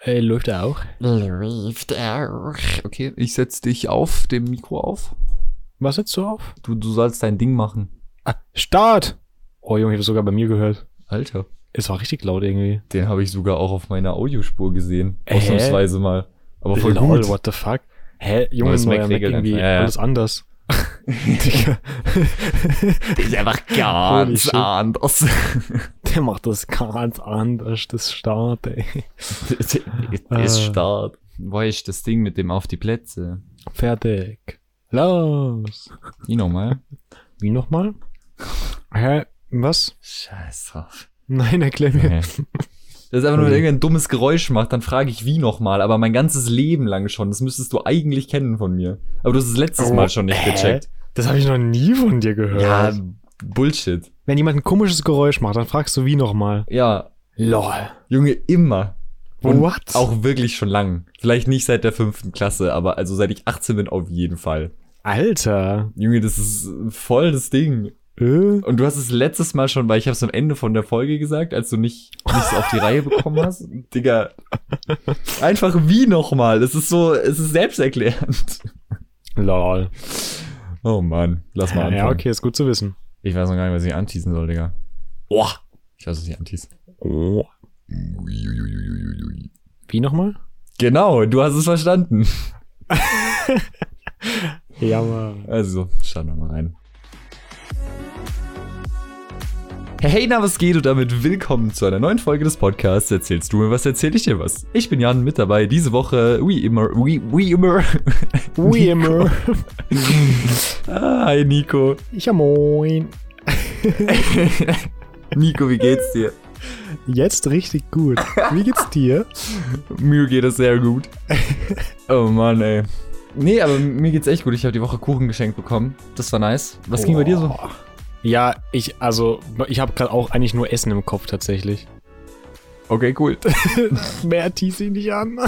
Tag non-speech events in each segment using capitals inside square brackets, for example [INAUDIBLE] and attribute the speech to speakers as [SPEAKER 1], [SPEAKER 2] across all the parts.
[SPEAKER 1] Äh, läuft er auch?
[SPEAKER 2] Läuft auch. Okay, ich setz dich auf dem Mikro auf.
[SPEAKER 1] Was setzt du auf?
[SPEAKER 2] Du, du sollst dein Ding machen.
[SPEAKER 1] Ah, Start! Oh Junge, ich habe sogar bei mir gehört.
[SPEAKER 2] Alter,
[SPEAKER 1] Es war richtig laut irgendwie.
[SPEAKER 2] den habe ich sogar auch auf meiner Audiospur gesehen.
[SPEAKER 1] Hä?
[SPEAKER 2] Ausnahmsweise mal. Aber voll
[SPEAKER 1] Lol,
[SPEAKER 2] gut.
[SPEAKER 1] what the fuck? Hä, Junge,
[SPEAKER 2] Neues
[SPEAKER 1] neuer
[SPEAKER 2] Mac
[SPEAKER 1] Mac
[SPEAKER 2] regelt
[SPEAKER 1] irgendwie
[SPEAKER 2] einfach. Ja, ja.
[SPEAKER 1] alles [LAUGHS] anders. Digga.
[SPEAKER 2] Der ist [LAUGHS] einfach
[SPEAKER 1] Holy
[SPEAKER 2] ganz
[SPEAKER 1] shit.
[SPEAKER 2] [LAUGHS] anders.
[SPEAKER 1] [LAUGHS] Der macht das ganz anders, das Start, ey.
[SPEAKER 2] ist stark. Wo ist Ah. das Ding mit dem auf die Plätze?
[SPEAKER 1] Fertig. Los!
[SPEAKER 2] Hier nochmal.
[SPEAKER 1] Wie nochmal? Hä, was?
[SPEAKER 2] Scheiß drauf.
[SPEAKER 1] Nein, erklär mir.
[SPEAKER 2] Nee. Das ist einfach nur, wenn irgendein dummes Geräusch macht, dann frage ich wie nochmal, aber mein ganzes Leben lang schon. Das müsstest du eigentlich kennen von mir. Aber du hast es letztes
[SPEAKER 1] Oh,
[SPEAKER 2] Mal schon nicht
[SPEAKER 1] hä?
[SPEAKER 2] gecheckt.
[SPEAKER 1] Das habe ich noch nie von dir
[SPEAKER 2] Ja,
[SPEAKER 1] gehört.
[SPEAKER 2] Bullshit.
[SPEAKER 1] Wenn jemand ein komisches Geräusch macht, dann fragst du wie nochmal.
[SPEAKER 2] Ja,
[SPEAKER 1] Lol.
[SPEAKER 2] Junge, immer.
[SPEAKER 1] What?
[SPEAKER 2] Auch wirklich schon lang. Vielleicht nicht seit der fünften Klasse, aber also seit ich 18 bin auf jeden Fall.
[SPEAKER 1] Alter.
[SPEAKER 2] Junge, das ist voll das Ding.
[SPEAKER 1] Äh?
[SPEAKER 2] Und du hast es letztes Mal schon, weil ich habe es am Ende von der Folge gesagt, als du nicht nichts auf die Reihe bekommen
[SPEAKER 1] [LAUGHS]
[SPEAKER 2] hast. Digga. Einfach wie nochmal. Es ist so, es ist selbsterklärend.
[SPEAKER 1] Lol.
[SPEAKER 2] Oh Mann, lass mal anfangen.
[SPEAKER 1] Ja, okay, ist gut zu wissen.
[SPEAKER 2] Ich weiß noch gar nicht, was ich anteasen soll, Digga. Boah. Ich weiß, was ich antease.
[SPEAKER 1] Wie nochmal?
[SPEAKER 2] Genau, du hast es verstanden.
[SPEAKER 1] Ja, Mann.
[SPEAKER 2] Also, schauen wir mal rein. Hey, na, was geht und damit willkommen zu einer neuen Folge des Podcasts. Erzählst du mir was, erzähl ich dir was. Ich bin Jan mit dabei diese Woche, wie immer, wie, wie immer. [LAUGHS]
[SPEAKER 1] Wie immer.
[SPEAKER 2] ah, hi Nico. [LAUGHS]
[SPEAKER 1] Ja, moin.
[SPEAKER 2] Nico, wie geht's dir?
[SPEAKER 1] Jetzt richtig gut. Wie geht's dir?
[SPEAKER 2] Mir geht es sehr gut. oh Mann, ey. Nee, aber mir geht's echt gut. Ich habe die Woche Kuchen geschenkt bekommen. Das war nice. Was ging bei dir so?
[SPEAKER 1] Boah. Ja, ich, also, ich habe gerade auch eigentlich nur Essen im Kopf tatsächlich.
[SPEAKER 2] Okay, cool.
[SPEAKER 1] Mehr tease ich nicht an.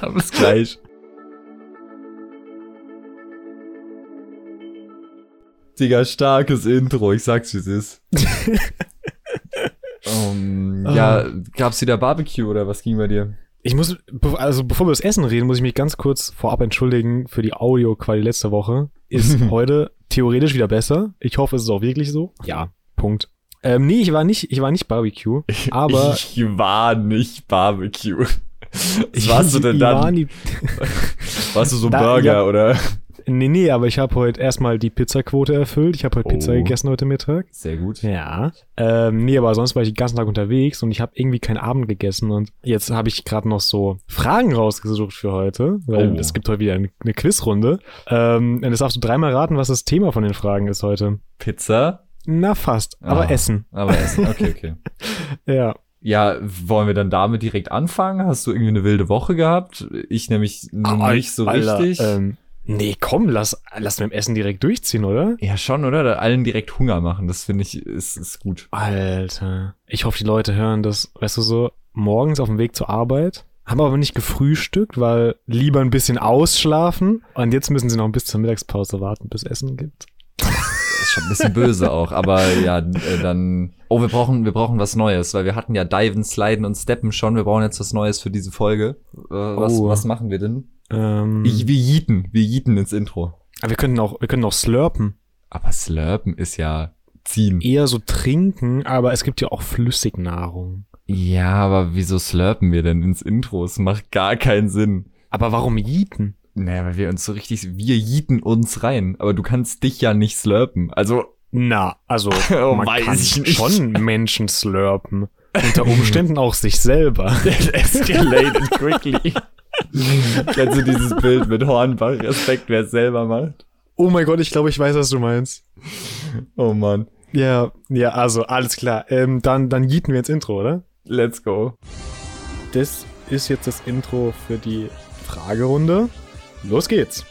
[SPEAKER 2] Dann bis gleich. Digga, starkes Intro, ich sag's wie
[SPEAKER 1] [LAUGHS]
[SPEAKER 2] es ist. Ähm,
[SPEAKER 1] Ah.
[SPEAKER 2] Ja, gab's wieder Barbecue oder was ging bei dir?
[SPEAKER 1] Ich muss, be- also bevor wir über das Essen reden, muss ich mich ganz kurz vorab entschuldigen für die Audioqualität letzte Woche.
[SPEAKER 2] [LAUGHS]
[SPEAKER 1] Ist heute theoretisch wieder besser. Ich hoffe, es ist auch wirklich so. Ja, Punkt. Ähm, nee, ich war nicht, ich war nicht Barbecue, aber
[SPEAKER 2] [LAUGHS] ich war
[SPEAKER 1] [LAUGHS]
[SPEAKER 2] nicht Barbecue. Was warst du denn
[SPEAKER 1] ich war
[SPEAKER 2] dann?
[SPEAKER 1] nie-
[SPEAKER 2] [LAUGHS] Warst du so ein
[SPEAKER 1] Da-
[SPEAKER 2] Burger
[SPEAKER 1] ja.
[SPEAKER 2] oder?
[SPEAKER 1] nee, nee, aber ich habe heute erstmal die Pizzaquote erfüllt. Ich habe heute Pizza
[SPEAKER 2] Oh.
[SPEAKER 1] gegessen heute Mittag.
[SPEAKER 2] Sehr gut.
[SPEAKER 1] Ja. Ähm, nee, aber sonst war ich den ganzen Tag unterwegs und ich habe irgendwie keinen Abend gegessen. Und jetzt habe ich gerade noch so Fragen rausgesucht für heute, weil
[SPEAKER 2] Oh.
[SPEAKER 1] es gibt heute wieder eine, eine Quizrunde. Ähm, und jetzt darfst du dreimal raten, was das Thema von den Fragen ist heute.
[SPEAKER 2] Pizza,
[SPEAKER 1] Na, fast. Aber
[SPEAKER 2] Ah.
[SPEAKER 1] Essen.
[SPEAKER 2] aber Essen. Okay, okay.
[SPEAKER 1] Ja.
[SPEAKER 2] Ja, wollen wir dann damit direkt anfangen? Hast du irgendwie eine wilde Woche gehabt? Ich nämlich nicht so
[SPEAKER 1] Alter,
[SPEAKER 2] richtig.
[SPEAKER 1] Ähm, nee, komm, lass, lass mit dem Essen direkt durchziehen, oder?
[SPEAKER 2] Ja, schon, oder? Da allen direkt Hunger machen, das finde ich, ist, ist gut.
[SPEAKER 1] Alter. Ich hoffe, die Leute hören das, weißt du so, morgens auf dem Weg zur Arbeit. Haben aber nicht gefrühstückt, weil lieber ein bisschen ausschlafen. Und jetzt müssen sie noch bis zur Mittagspause warten, bis Essen gibt.
[SPEAKER 2] Ist schon ein bisschen böse auch, aber ja, äh, dann. Oh, wir brauchen, wir brauchen was Neues, weil wir hatten ja Diven, Sliden und Steppen schon. Wir brauchen jetzt was Neues für diese Folge. Äh, was,
[SPEAKER 1] Oh.
[SPEAKER 2] was machen wir denn?
[SPEAKER 1] Ähm,
[SPEAKER 2] Ich, wir jeeten, wir jeeten ins Intro.
[SPEAKER 1] aber wir könnten auch, wir können auch slurpen.
[SPEAKER 2] Aber Slurpen ist ja ziehen.
[SPEAKER 1] Eher so trinken, aber es gibt ja auch Flüssignahrung.
[SPEAKER 2] Ja, aber wieso slurpen wir denn ins Intro? Es macht gar keinen Sinn.
[SPEAKER 1] Aber warum Yeeten?
[SPEAKER 2] Naja, weil wir uns so richtig, wir jieten uns rein. Aber du kannst dich ja nicht slurpen. Also,
[SPEAKER 1] Na, also
[SPEAKER 2] [LAUGHS] Oh,
[SPEAKER 1] man
[SPEAKER 2] weiß
[SPEAKER 1] kann
[SPEAKER 2] ich nicht.
[SPEAKER 1] schon Menschen slurpen. Unter Umständen auch sich
[SPEAKER 2] [LAUGHS]
[SPEAKER 1] selber. [LAUGHS]
[SPEAKER 2] escalated quickly. [LAUGHS] Kennst du dieses Bild mit Hornbach? Respekt, wer es selber macht.
[SPEAKER 1] Oh mein Gott, ich glaube, ich weiß, was du meinst.
[SPEAKER 2] Oh Mann,
[SPEAKER 1] Ja, ja, also alles klar. Ähm, dann, dann yeeten wir ins Intro, oder?
[SPEAKER 2] let's go.
[SPEAKER 1] Das ist jetzt das Intro für die Fragerunde. Los geht's.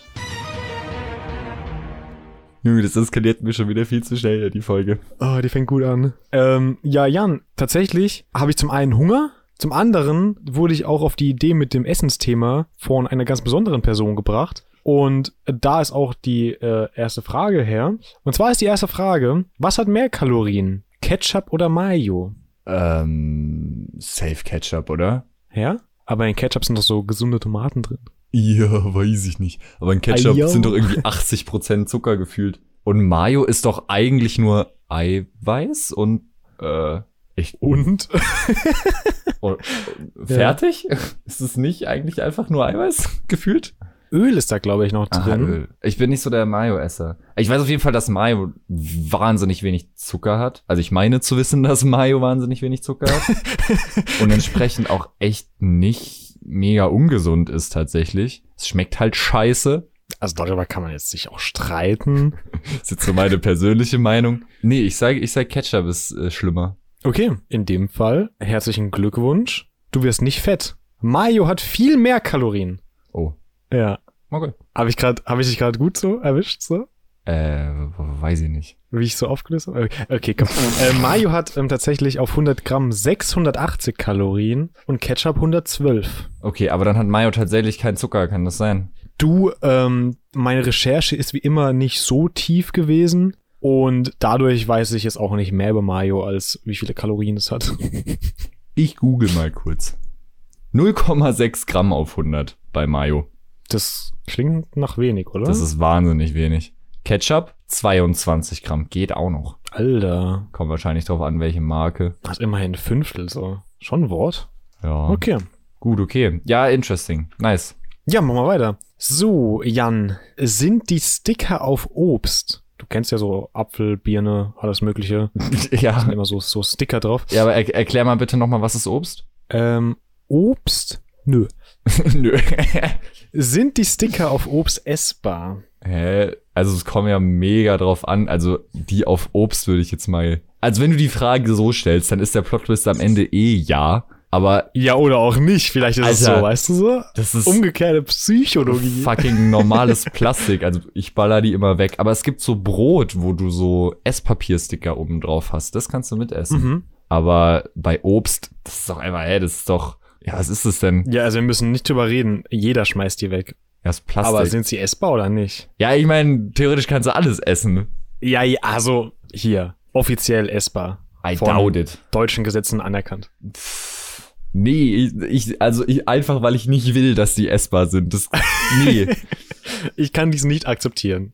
[SPEAKER 2] Junge, das eskaliert mir schon wieder viel zu schnell, ja, die Folge.
[SPEAKER 1] Oh, die fängt gut an. Ähm, ja, Jan, tatsächlich habe ich zum einen Hunger, zum anderen wurde ich auch auf die Idee mit dem Essensthema von einer ganz besonderen Person gebracht. Und da ist auch die äh, erste Frage her. Und zwar ist die erste Frage, was hat mehr Kalorien? Ketchup oder Mayo?
[SPEAKER 2] Ähm, Safe Ketchup, oder?
[SPEAKER 1] Ja? Aber in Ketchup sind doch so gesunde Tomaten drin.
[SPEAKER 2] Ja, weiß ich nicht. Aber in Ketchup
[SPEAKER 1] Ayo.
[SPEAKER 2] sind doch irgendwie 80% Zucker gefühlt. Und Mayo ist doch eigentlich nur Eiweiß und äh, echt
[SPEAKER 1] Und?
[SPEAKER 2] und- fertig? [LAUGHS] Ist es nicht eigentlich einfach nur Eiweiß [LAUGHS] gefühlt?
[SPEAKER 1] Öl ist da, glaube ich, noch
[SPEAKER 2] Aha,
[SPEAKER 1] drin.
[SPEAKER 2] Öl. Ich bin nicht so der Mayo-Esser. Ich weiß auf jeden Fall, dass Mayo wahnsinnig wenig Zucker hat. Also ich meine zu wissen, [LAUGHS] dass Mayo wahnsinnig wenig Zucker hat. Und entsprechend auch echt nicht mega ungesund ist tatsächlich. Es schmeckt halt scheiße.
[SPEAKER 1] Also darüber kann man jetzt sich auch streiten.
[SPEAKER 2] ist jetzt so meine persönliche Meinung. Nee, ich sage, ich sage Ketchup ist äh, schlimmer.
[SPEAKER 1] Okay, in dem Fall herzlichen Glückwunsch. Du wirst nicht fett. Mayo hat viel mehr Kalorien.
[SPEAKER 2] Oh,
[SPEAKER 1] Ja.
[SPEAKER 2] okay.
[SPEAKER 1] Habe ich gerade, habe ich dich gerade gut so erwischt so?
[SPEAKER 2] Äh, weiß ich nicht.
[SPEAKER 1] Wie ich so aufgelöst habe? Okay, Okay, komm. äh, Mayo hat ähm, tatsächlich auf 100 Gramm 680 Kalorien und Ketchup 112.
[SPEAKER 2] Okay, aber dann hat Mayo tatsächlich keinen Zucker, kann das sein?
[SPEAKER 1] Du, ähm, meine Recherche ist wie immer nicht so tief gewesen und dadurch weiß ich jetzt auch nicht mehr über Mayo, als wie viele Kalorien es hat.
[SPEAKER 2] Ich google mal kurz. 0,6 Gramm auf 100 bei Mayo.
[SPEAKER 1] Das klingt nach wenig, oder?
[SPEAKER 2] Das ist wahnsinnig wenig. Ketchup 22 Gramm, geht auch noch.
[SPEAKER 1] Alter,
[SPEAKER 2] Kommt wahrscheinlich drauf an, welche Marke.
[SPEAKER 1] das ist immerhin ein Fünftel, so. Schon ein Wort.
[SPEAKER 2] Ja.
[SPEAKER 1] Okay.
[SPEAKER 2] Gut, okay. Ja, interesting. Nice. [LAUGHS]
[SPEAKER 1] Ja, machen wir weiter. So, Jan, sind die Sticker auf Obst? Du kennst ja so Apfel, Birne, alles [LAUGHS] Mögliche. Da sind
[SPEAKER 2] ja.
[SPEAKER 1] immer so, so Sticker drauf.
[SPEAKER 2] Ja, aber er erklär mal bitte nochmal, was ist Obst? [LAUGHS]
[SPEAKER 1] Ähm, Obst? Nö.
[SPEAKER 2] Nö. [LAUGHS]
[SPEAKER 1] Sind die Sticker auf Obst essbar?
[SPEAKER 2] Hä? Also es kommt ja mega drauf an. Also die auf Obst würde ich jetzt mal. Also wenn du die Frage so stellst, dann ist der Plot-Twist am Ende eh ja. Aber
[SPEAKER 1] Ja, oder auch nicht. Vielleicht ist es
[SPEAKER 2] Alter.
[SPEAKER 1] so, weißt du so?
[SPEAKER 2] das ist
[SPEAKER 1] Umgekehrte Psychologie.
[SPEAKER 2] [LAUGHS] fucking normales Plastik. Also ich baller die immer weg. Aber es gibt so Brot, wo du so Esspapiersticker oben drauf hast. Das kannst du mitessen.
[SPEAKER 1] Mhm.
[SPEAKER 2] Aber bei Obst, das ist doch einmal, hä, das ist doch. Ja, was ist das denn?
[SPEAKER 1] Ja, also wir müssen nicht drüber reden. Jeder schmeißt die weg.
[SPEAKER 2] Ja, ist Plastik.
[SPEAKER 1] Aber sind sie essbar oder nicht?
[SPEAKER 2] ja, ich meine, theoretisch kannst du alles essen.
[SPEAKER 1] Ja, ja, also hier, offiziell essbar.
[SPEAKER 2] I
[SPEAKER 1] Von
[SPEAKER 2] doubt it.
[SPEAKER 1] Deutschen Gesetzen anerkannt.
[SPEAKER 2] Pff, Nee, ich, ich also ich, einfach weil ich nicht will, dass die essbar sind. Das,
[SPEAKER 1] [LAUGHS]
[SPEAKER 2] nee,
[SPEAKER 1] Ich kann dies nicht akzeptieren.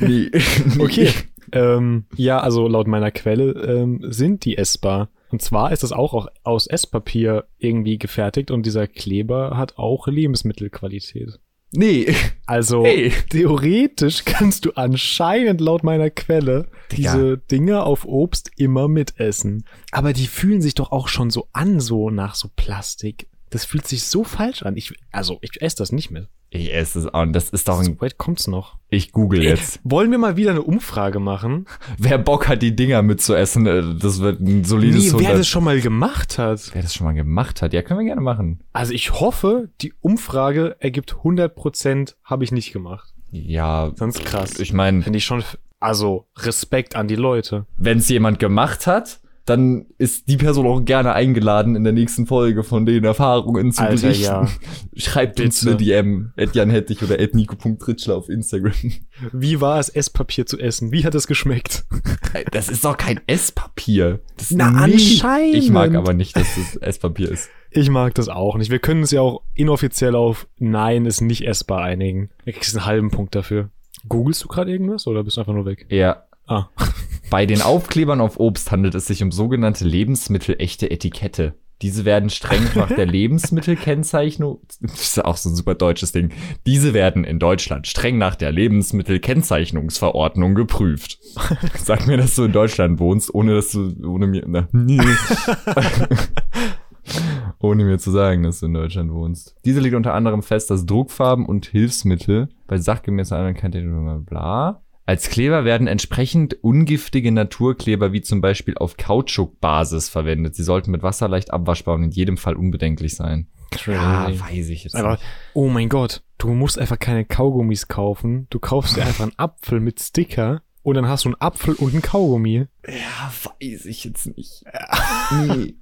[SPEAKER 2] nee.
[SPEAKER 1] Okay. ähm, ja, also laut meiner Quelle ähm, sind die essbar. Und zwar ist das auch, auch aus Esspapier irgendwie gefertigt und dieser Kleber hat auch Lebensmittelqualität.
[SPEAKER 2] [LAUGHS] Nee.
[SPEAKER 1] Also
[SPEAKER 2] Hey.
[SPEAKER 1] theoretisch kannst du anscheinend laut meiner Quelle
[SPEAKER 2] Digga.
[SPEAKER 1] diese Dinge auf Obst immer mitessen. Aber die fühlen sich doch auch schon so an, so nach so Plastik. Das fühlt sich so falsch an. Ich, also ich esse das nicht mit.
[SPEAKER 2] Ich esse es an. Das ist doch ein.
[SPEAKER 1] So weit kommt's noch.
[SPEAKER 2] Ich google jetzt.
[SPEAKER 1] Wollen wir mal wieder eine Umfrage machen?
[SPEAKER 2] Wer Bock hat, die Dinger mitzuessen, äh, das wird ein solides
[SPEAKER 1] Nee,
[SPEAKER 2] nee,
[SPEAKER 1] wer das schon mal gemacht hat.
[SPEAKER 2] Wer das schon mal gemacht hat, ja, können wir gerne machen.
[SPEAKER 1] Also ich hoffe, die Umfrage ergibt 100% habe ich nicht gemacht.
[SPEAKER 2] Ja,
[SPEAKER 1] Sonst krass.
[SPEAKER 2] ich meine,
[SPEAKER 1] Finde ich schon, also Respekt an die Leute.
[SPEAKER 2] wenn es jemand gemacht hat, dann ist die Person auch gerne eingeladen, in der nächsten Folge von den Erfahrungen zu
[SPEAKER 1] Alter,
[SPEAKER 2] berichten.
[SPEAKER 1] ja.
[SPEAKER 2] [LAUGHS] Schreibt uns
[SPEAKER 1] Bitte.
[SPEAKER 2] eine DM, at Jan Hettich oder at Nico.Ritschler auf Instagram.
[SPEAKER 1] Wie war es, Esspapier zu essen? Wie hat es geschmeckt?
[SPEAKER 2] Das ist doch kein Esspapier. Das ist
[SPEAKER 1] Na, anscheinend.
[SPEAKER 2] Ich mag aber nicht, dass das Esspapier ist.
[SPEAKER 1] Ich mag das auch nicht. Wir können es ja auch inoffiziell auf Nein ist nicht essbar einigen. Du kriegst einen halben Punkt dafür. Googlest du gerade irgendwas oder bist du einfach nur weg?
[SPEAKER 2] Ja.
[SPEAKER 1] Ah.
[SPEAKER 2] [LAUGHS] Bei den Aufklebern auf Obst handelt es sich um sogenannte lebensmittelechte Etikette. Diese werden streng nach der Lebensmittelkennzeichnung, [LAUGHS] das ist auch so ein super deutsches Ding. Diese werden in Deutschland streng nach der Lebensmittelkennzeichnungsverordnung geprüft. Sag mir, dass du in Deutschland wohnst, ohne dass du, ohne mir, na, ohne mir zu sagen, dass du in Deutschland wohnst. Diese legt unter anderem fest, dass Druckfarben und Hilfsmittel bei sachgemäßer Anerkennung bla, bla, bla. Als Kleber werden entsprechend ungiftige Naturkleber wie zum Beispiel auf Kautschukbasis verwendet. Sie sollten mit Wasser leicht abwaschbar und in jedem Fall unbedenklich sein.
[SPEAKER 1] Crazy.
[SPEAKER 2] weiß ich jetzt
[SPEAKER 1] Einfach, oh mein Gott, du musst einfach keine Kaugummis kaufen. Du kaufst dir einfach einen Apfel mit Sticker und dann hast du einen Apfel und einen Kaugummi.
[SPEAKER 2] Ja, weiß ich jetzt nicht. Nee.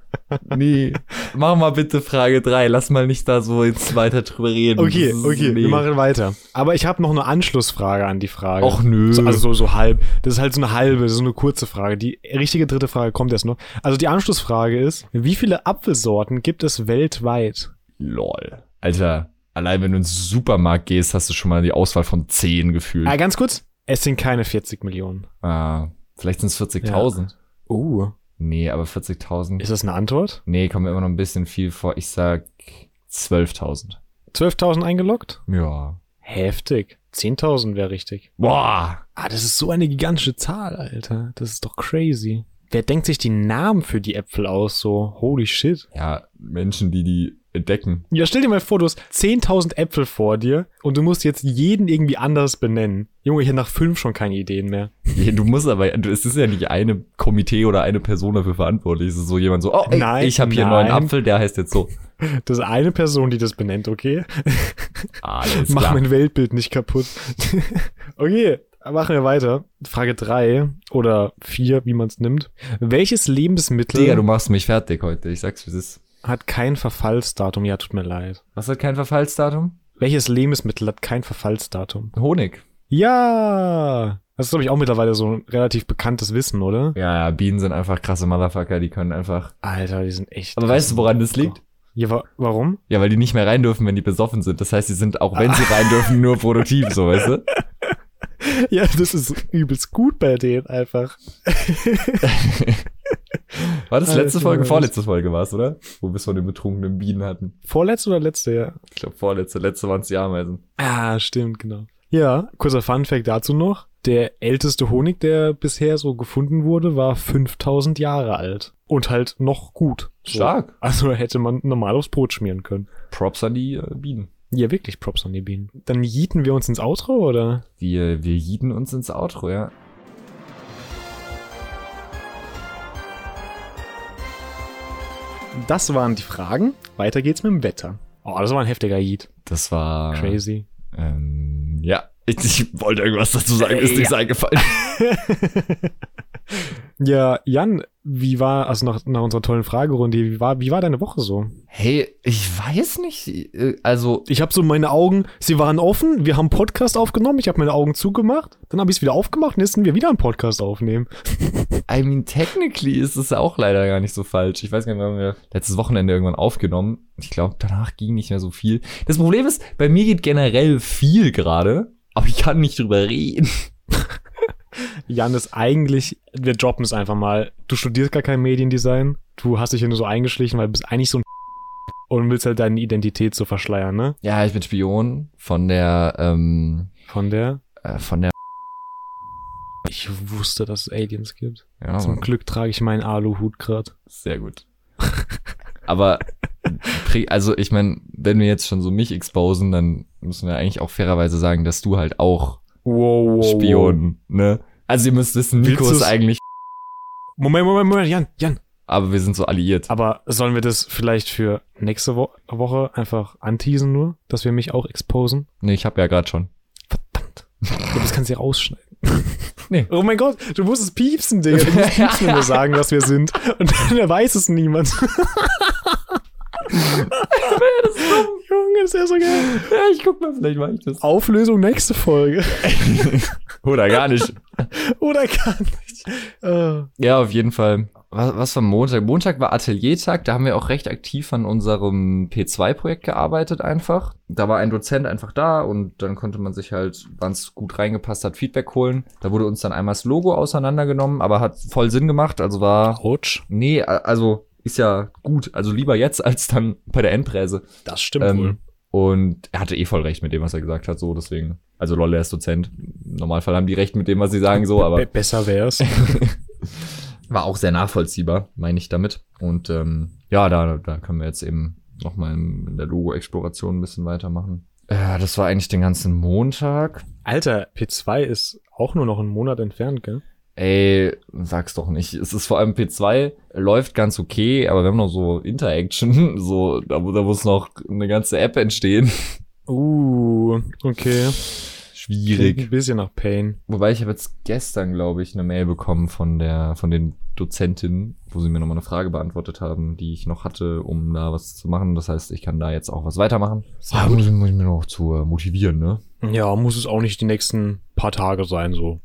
[SPEAKER 2] nee. Mach mal bitte Frage drei. Lass mal nicht da so jetzt weiter drüber reden.
[SPEAKER 1] Okay,
[SPEAKER 2] Das ist-
[SPEAKER 1] okay,
[SPEAKER 2] nee.
[SPEAKER 1] wir machen weiter. Aber ich habe noch eine Anschlussfrage an die Frage.
[SPEAKER 2] Och nö.
[SPEAKER 1] So, also so, so halb. Das ist halt so eine halbe, das ist so eine kurze Frage. Die richtige dritte Frage kommt erst noch. Also die Anschlussfrage ist, wie viele Apfelsorten gibt es weltweit?
[SPEAKER 2] Lol. Alter, allein wenn du ins Supermarkt gehst, hast du schon mal die Auswahl von 10 gefühlt.
[SPEAKER 1] Ah, ganz kurz, es sind keine 40 Millionen.
[SPEAKER 2] Ah, vielleicht sind es 40.000.
[SPEAKER 1] Oh.
[SPEAKER 2] Nee, aber 40.000.
[SPEAKER 1] Ist das eine Antwort?
[SPEAKER 2] Nee, kommt mir immer noch ein bisschen viel vor. Ich sag 12.000.
[SPEAKER 1] 12.000 eingeloggt?
[SPEAKER 2] Ja.
[SPEAKER 1] Heftig. 10.000 wäre richtig.
[SPEAKER 2] Boah.
[SPEAKER 1] Ah, das ist so eine gigantische Zahl, Alter. Das ist doch crazy. Wer denkt sich die Namen für die Äpfel aus? So, holy shit.
[SPEAKER 2] Ja, Menschen, die die entdecken. [LAUGHS]
[SPEAKER 1] Ja, stell dir mal vor, du hast 10.000 Äpfel vor dir und du musst jetzt jeden irgendwie anders benennen. Junge, ich hätte nach fünf schon keine Ideen mehr.
[SPEAKER 2] Ja, Du musst aber, du- es ist ja nicht eine Komitee oder eine Person dafür verantwortlich. Es ist so jemand so, oh, ey,
[SPEAKER 1] Nein,
[SPEAKER 2] ich habe hier
[SPEAKER 1] nein.
[SPEAKER 2] einen neuen Apfel, der heißt jetzt so.
[SPEAKER 1] Das ist eine Person, die das benennt, okay? [LAUGHS]
[SPEAKER 2] Alles
[SPEAKER 1] Mach
[SPEAKER 2] klar.
[SPEAKER 1] mein Weltbild nicht kaputt. [LAUGHS] okay, machen wir weiter. Frage drei oder vier, wie man es nimmt. Welches Lebensmittel
[SPEAKER 2] Digga, du machst mich fertig heute. Ich sag's, wie es ist.
[SPEAKER 1] hat kein Verfallsdatum? Ja, tut mir leid.
[SPEAKER 2] Was hat kein Verfallsdatum?
[SPEAKER 1] Welches Lebensmittel hat kein Verfallsdatum?
[SPEAKER 2] Honig.
[SPEAKER 1] Ja! Das ist, glaube ich, auch mittlerweile so ein relativ bekanntes Wissen, oder?
[SPEAKER 2] Ja, ja, Bienen sind einfach krasse Motherfucker, die können einfach.
[SPEAKER 1] Alter, die sind echt.
[SPEAKER 2] Aber weißt du, woran das liegt?
[SPEAKER 1] Ja, wa warum?
[SPEAKER 2] Ja, weil die nicht mehr rein dürfen, wenn die besoffen sind. Das heißt, die sind auch, wenn sie rein dürfen, nur produktiv, so, weißt du?
[SPEAKER 1] [LAUGHS] Ja, das ist übelst gut bei denen einfach.
[SPEAKER 2] War Ah, das
[SPEAKER 1] Alles
[SPEAKER 2] letzte
[SPEAKER 1] klar,
[SPEAKER 2] Folge?
[SPEAKER 1] das-
[SPEAKER 2] Vorletzte Folge war's, oder? Wo wir es von den betrunkenen Bienen hatten.
[SPEAKER 1] Vorletzte oder letzte, ja?
[SPEAKER 2] Ich glaube, vorletzte. Letzte waren's die Ameisen.
[SPEAKER 1] Ah, stimmt, genau. Ja, kurzer Funfact dazu noch. Der älteste Honig, der bisher so gefunden wurde, war 5000 Jahre alt. Und halt noch gut. So.
[SPEAKER 2] Stark.
[SPEAKER 1] Also hätte man normal aufs Brot schmieren können.
[SPEAKER 2] Props an die äh, Bienen.
[SPEAKER 1] Ja, wirklich Props an die Bienen. Dann jieten wir uns ins Outro, oder?
[SPEAKER 2] Wir, wir jieden uns ins Outro, ja.
[SPEAKER 1] Das waren die Fragen. Weiter geht's mit dem Wetter. Ah. Oh, das war ein heftiger Jiet.
[SPEAKER 2] Das war.
[SPEAKER 1] Crazy.
[SPEAKER 2] Ähm, ja. Ich, ich wollte irgendwas dazu sagen, ist
[SPEAKER 1] Ja.
[SPEAKER 2] nichts eingefallen.
[SPEAKER 1] Ja, Jan, wie war, also nach, nach unserer tollen Fragerunde, wie war, wie war deine Woche so?
[SPEAKER 2] Hey, ich weiß nicht. äh, Also,
[SPEAKER 1] Ich habe so meine Augen, sie waren offen, wir haben einen Podcast aufgenommen, ich habe meine Augen zugemacht, dann habe ich es wieder aufgemacht und jetzt sind wir wieder einen Podcast aufnehmen.
[SPEAKER 2] I mean, technically ist es ja auch leider gar nicht so falsch. Ich weiß gar nicht, wann wir letztes Wochenende irgendwann aufgenommen. Ich glaube, danach ging nicht mehr so viel. Das Problem ist, bei mir geht generell viel gerade, aber ich kann nicht drüber reden.
[SPEAKER 1] Jan ist eigentlich, wir droppen es einfach mal. Du studierst gar kein Mediendesign, du hast dich hier nur so eingeschlichen, weil du bist eigentlich so ein [LAUGHS] und willst halt deine Identität so verschleiern, ne?
[SPEAKER 2] Ja, ich bin Spion von der, ähm,
[SPEAKER 1] Von der.
[SPEAKER 2] äh, von der,
[SPEAKER 1] Ich wusste, dass es Aliens gibt.
[SPEAKER 2] ja,
[SPEAKER 1] Zum Glück trage ich meinen Aluhut grad.
[SPEAKER 2] sehr gut. aber, pri- also ich meine, wenn wir jetzt schon so mich exposen, dann müssen wir eigentlich auch fairerweise sagen, dass du halt auch
[SPEAKER 1] Wow, wow.
[SPEAKER 2] Spion, ne? Also ihr müsst wissen, Nico
[SPEAKER 1] Willst
[SPEAKER 2] ist
[SPEAKER 1] du's-
[SPEAKER 2] eigentlich,
[SPEAKER 1] Moment, Moment, Moment, Jan, Jan.
[SPEAKER 2] aber wir sind so alliiert.
[SPEAKER 1] Aber sollen wir das vielleicht für nächste Wo Woche einfach anteasen nur, dass wir mich auch exposen?
[SPEAKER 2] Nee, ich habe ja gerade schon.
[SPEAKER 1] Verdammt. Ja, das kannst du ja rausschneiden.
[SPEAKER 2] [LAUGHS] Nee.
[SPEAKER 1] Oh mein Gott, du musst es piepsen, Digga. Du musst piepsen,
[SPEAKER 2] [LAUGHS]
[SPEAKER 1] wenn wir sagen, was wir sind. Und dann weiß es niemand. Junge, ist ja so geil.
[SPEAKER 2] [LAUGHS] Ja, ich guck mal, vielleicht mache ich das.
[SPEAKER 1] Auflösung nächste Folge.
[SPEAKER 2] [LAUGHS] Oder gar nicht.
[SPEAKER 1] Oder gar nicht. Äh,
[SPEAKER 2] Ja, auf jeden Fall. Was, was war Montag? Montag war Ateliertag, da haben wir auch recht aktiv an unserem P2-Projekt gearbeitet einfach. Da war ein Dozent einfach da und dann konnte man sich halt, wann es gut reingepasst hat, Feedback holen. Da wurde uns dann einmal das Logo auseinandergenommen, aber hat voll Sinn gemacht, also war,
[SPEAKER 1] Autsch.
[SPEAKER 2] nee, a- also ist ja gut, also lieber jetzt als dann bei der Endpräse.
[SPEAKER 1] Das stimmt
[SPEAKER 2] Ähm, und er hatte eh voll recht mit dem, was er gesagt hat, so deswegen. Also lol, er ist Dozent. Im Normalfall haben die recht mit dem, was sie
[SPEAKER 1] [LAUGHS]
[SPEAKER 2] sagen, so,
[SPEAKER 1] Be
[SPEAKER 2] aber [LAUGHS]
[SPEAKER 1] besser wär's.
[SPEAKER 2] war auch sehr nachvollziehbar, meine ich damit. Und ähm, ja, da, da können wir jetzt eben nochmal in der Logo-Exploration ein bisschen weitermachen. Äh, das war eigentlich den ganzen Montag.
[SPEAKER 1] Alter, P2 ist auch nur noch einen Monat entfernt, gell?
[SPEAKER 2] Ey, sag's doch nicht. Es ist vor allem P2, läuft ganz okay, aber wir haben noch so Interaction, [LAUGHS] so, da, mu- da muss noch eine ganze App entstehen.
[SPEAKER 1] Uh, okay. Klingt
[SPEAKER 2] Schwierig.
[SPEAKER 1] ein bisschen nach Pain.
[SPEAKER 2] Wobei ich habe jetzt gestern, glaube ich, eine Mail bekommen von der, von den Dozentinnen, wo sie mir nochmal eine Frage beantwortet haben, die ich noch hatte, um da was zu machen. Das heißt, ich kann da jetzt auch was weitermachen.
[SPEAKER 1] Sehr
[SPEAKER 2] Ah, muss, ich- muss ich mir noch zu äh, motivieren, ne?
[SPEAKER 1] Ja, muss es auch nicht die nächsten paar Tage sein, so.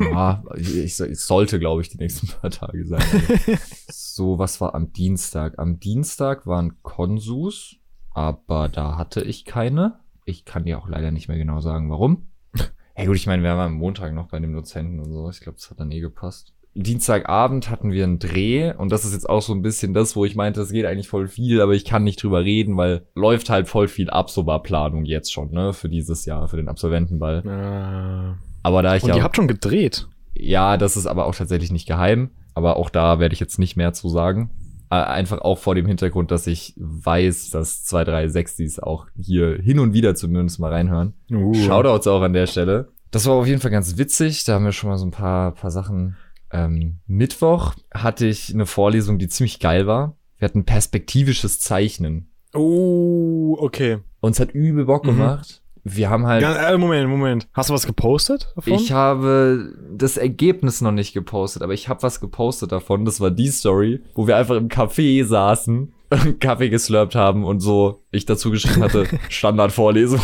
[SPEAKER 2] Ja, ich, ich, so- es sollte, glaube ich, die nächsten [LAUGHS] paar Tage sein. so, was war am Dienstag? Am Dienstag waren Konsus. aber da hatte ich keine. Ich kann dir auch leider nicht mehr genau sagen, warum. [LAUGHS] Ja gut, ich meine, wir waren am Montag noch bei dem Dozenten und so. Ich glaube, das hat dann eh gepasst. Dienstagabend hatten wir einen Dreh und das ist jetzt auch so ein bisschen das, wo ich meinte, es geht eigentlich voll viel, aber ich kann nicht drüber reden, weil läuft halt voll viel ab, so war Planung jetzt schon, ne, für dieses Jahr, für den Absolventenball.
[SPEAKER 1] Äh,
[SPEAKER 2] Aber da ich
[SPEAKER 1] und
[SPEAKER 2] ja,
[SPEAKER 1] ihr habt schon gedreht.
[SPEAKER 2] ja, das ist aber auch tatsächlich nicht geheim, aber auch da werde ich jetzt nicht mehr zu sagen. Äh, Einfach auch vor dem Hintergrund, dass ich weiß, dass 236 dies auch hier hin und wieder zumindest mal reinhören.
[SPEAKER 1] Uh.
[SPEAKER 2] Shoutouts auch an der Stelle. Das war auf jeden Fall ganz witzig. Da haben wir schon mal so ein paar, paar Sachen. Ähm, Mittwoch hatte ich eine Vorlesung, die ziemlich geil war. Wir hatten perspektivisches Zeichnen.
[SPEAKER 1] Oh, okay.
[SPEAKER 2] Uns hat übel Bock
[SPEAKER 1] Mhm.
[SPEAKER 2] gemacht. Wir haben halt.
[SPEAKER 1] Ja, äh, Moment, Moment. Hast du was gepostet davon?
[SPEAKER 2] Ich habe das Ergebnis noch nicht gepostet, aber ich habe was gepostet davon. Das war die Story, wo wir einfach im Café saßen, [LAUGHS] und Kaffee geslurpt haben und so ich dazu geschrieben hatte, Standardvorlesung.